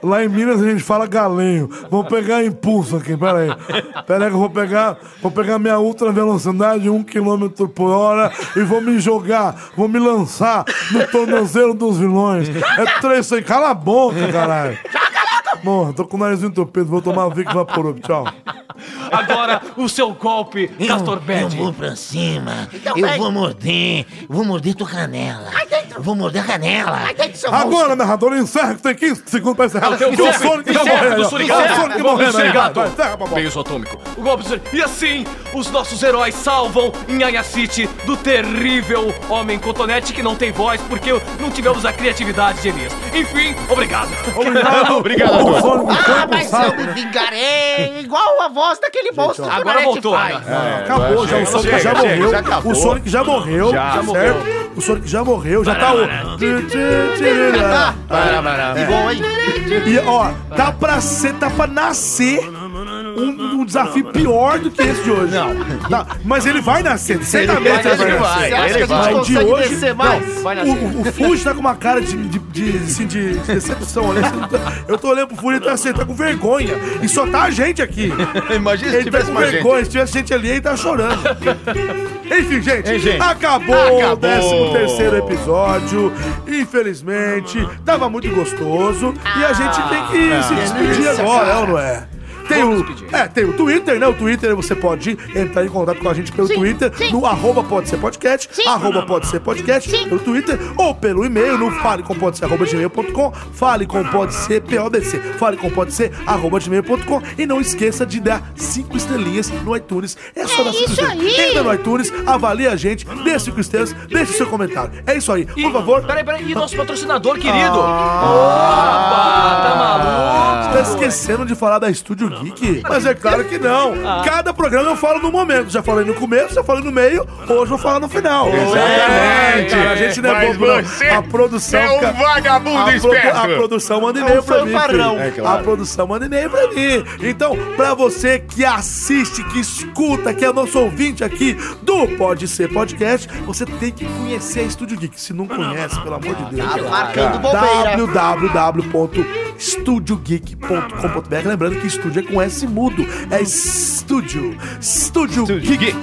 S3: Lá em Minas a gente fala galinho. Vou pegar impulso aqui, peraí. Peraí que eu vou pegar. Vou pegar minha ultra velocidade, 1 km por hora, e vou me jogar, vou me lançar no tornozelo dos vilões. É três sem. Cala a boca, caralho. Morra, tô com o nariz entupido, vou tomar Vic Vaporub, tchau.
S5: Agora, o seu golpe, Castor
S9: Eu
S5: Bad.
S9: vou pra cima.
S2: Então
S9: eu
S2: vem.
S9: vou morder. Vou morder tua canela.
S2: Vai dentro.
S9: Vou morder a canela.
S2: Ai, dentro do seu monstro.
S3: Agora, narrador, encerra que tem 15 segundos pra encerrar.
S5: Tem
S3: Que o Sonic tá morrendo.
S5: do
S3: ó.
S5: Surigato.
S3: É o Sonic
S5: O golpe do
S3: morrendo. né? Vai,
S5: Surigato.
S3: vai, encerra, babá.
S5: Beijo atômico. O golpe do Surigato. E assim, os nossos heróis salvam Nhanha City do terrível Homem Cotonete que não tem voz porque não tivemos a criatividade de Elias. Enfim, obrigado.
S3: Obrigado.
S6: Obrigado,
S3: O
S6: Antônio.
S3: Sonic foi
S2: Ah,
S3: pro
S2: mas eu
S3: saco.
S2: me vingarei igual a voz daquele monstro. que o
S5: Agora
S2: Nanete
S5: voltou,
S2: faz.
S5: né?
S3: Ah, Acabou, já, o Sonic
S6: chega,
S3: já
S6: chega,
S3: morreu.
S6: já acabou.
S3: o Sonic já morreu.
S6: Já.
S3: Já,
S6: Já
S3: morreu. O Sonic já morreu, já tá o. É
S2: Tá
S11: E bom, hein?
S3: E ó, tá pra ser, tá pra nascer um, um desafio pior do que esse de hoje. Não. mas ele vai nascer, certamente ele vai nascer.
S11: Você acha que a gente
S3: Mas o de
S11: consegue
S3: hoje.
S11: descer
S3: não,
S11: mais? Vai nascer.
S3: o, o Fuji tá com uma cara de, de, de, assim, de decepção. olha. Eu tô olhando pro Fuji e tá assim, tá com vergonha. E só tá a gente aqui.
S6: Imagina se
S3: Ele tá
S6: tivesse
S3: com
S6: mais gente.
S3: vergonha, se tivesse gente ali, ele tá chorando. Enfim, gente,
S6: Hein, gente?
S3: acabou, o
S6: Acabou.
S3: 13 terceiro episódio.
S6: Ah,
S3: Infelizmente, tava muito gostoso. e a gente tem que se despedir agora, é ou não é? Tem o, é, tem o Twitter, né? O Twitter você pode entrar em contato com a gente pelo Twitter, no arroba pode ser podcast, arroba pode ser podcast, pelo Twitter, ou pelo e-mail no falecompodc, arroba gmail.com, falecompodc, PODC, falecompodc, arroba gmail.com, e não esqueça de dar cinco estrelinhas no iTunes. É só
S12: É
S3: dar cinco
S12: isso
S3: estrelinhas.
S12: aí.
S3: Entra no iTunes, avalia a gente, dê cinco estrelas, deixa o seu comentário. É isso aí, por favor.
S5: Peraí, peraí, e nosso patrocinador querido?
S3: Ah,
S5: Opa, tá maluco?
S3: Você tá esquecendo de falar da Estúdio Geek? Mas é claro que não.
S1: Ah.
S3: Cada programa eu falo no momento. Já falei no começo, já falei no meio, hoje eu vou falar no final.
S1: Exatamente.
S3: É, cara, a gente não é
S1: Mas
S3: bobo, não.
S1: você
S3: A produção...
S1: é um
S3: ca-
S1: vagabundo
S3: a
S1: esperto.
S3: A produção manda
S1: É
S3: e-mail
S1: um
S3: pra mim,
S1: fanfarrão.
S3: filho.
S1: É claro.
S3: A produção manda e-mail pra mim. Então, pra você que assiste, que escuta, que é nosso ouvinte aqui do Pode Ser Podcast, você tem que conhecer a Estúdio Geek. Se não conhece, pelo amor de Deus.
S2: Tá marcando bobeira.
S3: www.studiogeek.com.br Lembrando que estúdio é com S mudo. É estúdio. Studiogeek.com.br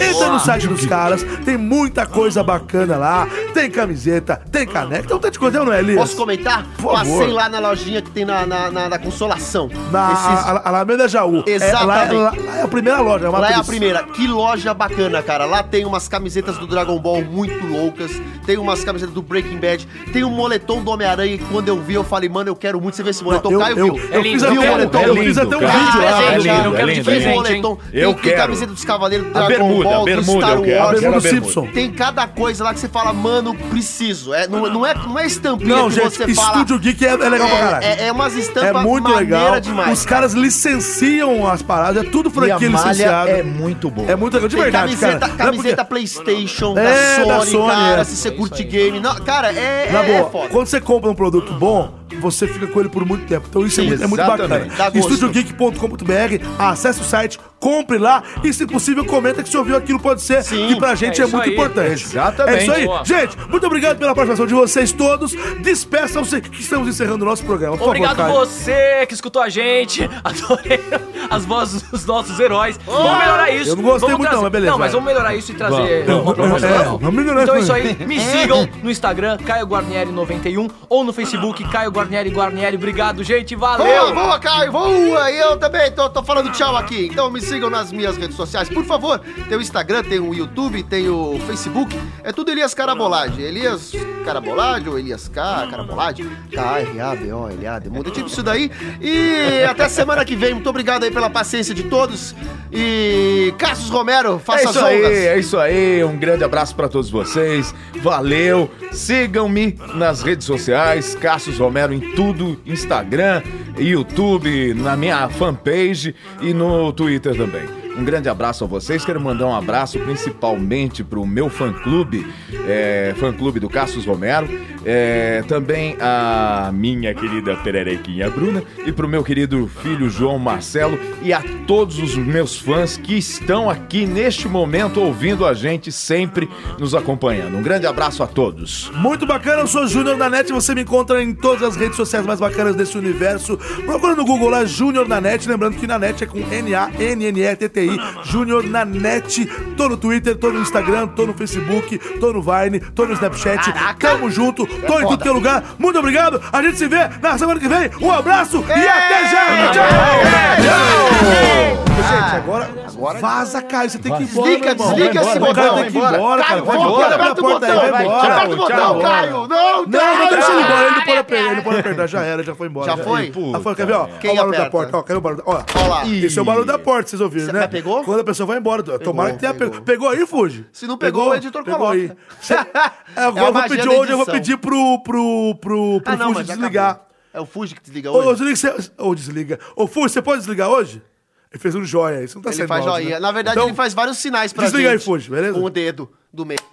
S3: Entra no site dos caras. Tem muita coisa bacana lá. Tem camiseta, tem caneca, tem um tanto de coisa, não é, Elias?
S2: Posso comentar?
S3: Por favor.
S2: Passei lá na lojinha que tem na, na, na- na Consolação.
S3: Na
S2: Esses-
S3: Al- Alameda Jaú. É, lá, é- lá-
S2: Exatamente.
S3: lá é a primeira loja. É uma
S2: Lá é a
S3: delícia.
S2: primeira. Que loja bacana, cara. Lá tem umas camisetas do Dragon Ball muito loucas. Tem umas camisetas do Breaking Bad. Tem um moletom do Homem-Aranha que quando eu vi eu falei, mano, eu quero muito. Você vê esse moletom?
S3: eu-
S2: Caio
S3: eu-
S2: viu. É
S3: eu fiz até um- eu fiz até um vídeo lá,
S2: presente,
S3: é lindo,
S2: cara.
S3: é lindo,
S2: Tem
S3: é lindo.
S2: moletom.
S1: Eu quero.
S2: tem, Tem camiseta dos Cavaleiros do
S1: A
S2: Dragon
S1: bermuda,
S2: Ball,
S1: a
S2: do
S1: bermuda
S2: Star
S1: eu quero,
S2: Wars.
S1: a
S3: um
S1: bermuda
S2: do
S1: Simpson.
S2: Tem cada coisa lá que você fala, mano, preciso. É, não, não é, não é estampinha
S3: Não,
S2: que
S3: gente,
S2: você fala.
S3: Estúdio Geek é- é legal pra caralho.
S2: É, é umas
S3: É
S2: estampas
S3: muito
S2: maneira
S3: legal.
S2: demais.
S3: Os caras licenciam as paradas, é tudo
S12: E a
S3: franquia
S12: malha
S3: licenciada.
S12: é muito boa.
S3: É muito legal, de
S2: Tem
S3: verdade,
S2: camiseta,
S3: cara. Não é
S2: Camiseta
S3: porque-
S2: Playstation,
S3: É,
S2: da,
S3: da
S2: Sony,
S3: Sony,
S2: cara,
S3: é.
S2: se você curte game. Não, cara, é,
S3: Na
S2: é, é
S3: boa,
S2: foda.
S3: quando você compra um produto bom, você fica com ele por muito tempo. Então isso é
S2: Sim,
S3: muito, é muito bacana.
S2: exatamente. Dá gosto.
S3: Estudiogeek.com.br, acesse o site, compre lá e, se possível, comenta que você ouviu aquilo, pode ser, que pra gente
S1: é
S3: é,
S1: isso
S3: muito
S1: aí.
S3: importante.
S1: Exatamente.
S3: É isso aí.
S1: Boa.
S3: Gente, muito obrigado pela participação de vocês todos. Despeçam-se que estamos encerrando o nosso programa. Por
S5: Obrigado
S3: favor, Caio.
S5: você que escutou a gente. Adorei as vozes dos nossos heróis. Vamos melhorar isso.
S3: Eu não gostei
S5: Vamos
S3: muito
S5: trazer-
S3: não, mas beleza,
S5: Não, mas
S3: vai.
S5: vamos melhorar isso e trazer
S3: Vamos.
S5: uma proposta.
S3: É,
S5: legal.
S3: vamos melhorar
S5: então é isso
S3: isso
S5: aí. Me sigam no Instagram, Caio Guarnieri91 ou no Facebook, Caio Guarnieri Guarnieri. Obrigado, gente.
S2: Boa,
S5: Valeu.
S2: boa, Caio, boa! E eu também tô, tô falando tchau aqui. Então me sigam nas minhas redes sociais, por favor. Tem o Instagram, tem o YouTube, tem o Facebook. É tudo Elias Carabolade. Elias Carabolade ou Elias K, Carabolade. K-R-A-B-O-L-A-D. Muda tipo isso daí. E até semana que vem. Muito obrigado aí pela paciência de todos. E Cassius Romero, faça
S1: é isso
S2: as
S1: aí,
S2: honras.
S1: é isso aí. Um grande abraço pra todos vocês. Valeu. Sigam-me nas redes sociais, Cassius Romero em tudo, Instagram, YouTube, na minha fanpage e no Twitter também. Um grande abraço a vocês. Quero mandar um abraço principalmente pro meu fã-clube, é, fã-clube do Cassius Romero, é, também a minha querida pererequinha Bruna e pro meu querido filho João Marcelo e a todos os meus fãs que estão aqui neste momento ouvindo a gente, sempre nos acompanhando. Um grande abraço a todos.
S3: Muito bacana, eu sou Júnior da NET, você me encontra em todas as redes sociais mais bacanas desse universo. Procura no Google lá, Júnior da NET, lembrando que na NET é com N-A-N-N-E-T-T-I, Júnior na NET. Tô no Twitter, tô no Instagram, tô no Facebook, tô no Vine, tô no Snapchat. Tamo junto, tô em tudo que é lugar. Muito obrigado, a gente se vê na semana que vem. Um abraço e até já! Tchau! Gente, agora, vaza, Caio, você tem que ir embora,
S2: Ah, Desliga,
S3: meu irmão.
S2: desliga
S3: Vai
S2: esse botão.
S3: embora, Caio, tem que ir embora, cara.
S2: Caio,
S3: Pode
S2: volta,
S3: ir embora, abre a
S2: aperta o
S3: porta aí,
S2: botão,
S3: vai
S2: vai.
S3: embora.
S2: Aperta o botão, Caio. Não,
S3: Não, não
S2: não,
S3: deixa ele
S2: não.
S3: embora, ele não pode apertar, ele não pode apertar, já era, já foi embora.
S2: Já foi?
S3: Já foi, quer ver, ó?
S2: Quem
S3: Olha o barulho da
S2: aperta?
S3: porta, ó, quer ver o barulho da... Ó,
S2: Ó lá.
S3: esse é o barulho da porta, vocês ouviram, né?
S2: pegou?
S3: Quando a pessoa vai embora, tomara que tenha pegou. Pegou aí, Fuji?
S2: Se não pegou, o editor coloca.
S3: aí. Cê-
S2: É a
S3: Agora eu vou
S2: magia
S3: pedir
S2: da
S3: hoje, eu vou
S2: edição.
S3: pedir pro, pro, pro, pro
S2: Ah, não,
S3: Fuji
S2: mas já
S3: desligar.
S2: acabou. É o Fuji que desliga
S3: Ô,
S2: hoje.
S3: desliga, cê- ô, desliga. Ô, Fuji, você pode desligar hoje? Ele fez um joia, isso não tá
S2: ele
S3: sendo
S2: faz
S3: áudio,
S2: joinha.
S3: né?
S2: Na verdade,
S3: Então,
S2: ele faz vários sinais pra
S3: desliga aí,
S2: gente.
S3: Fuji, beleza?
S2: Com o dedo do meio.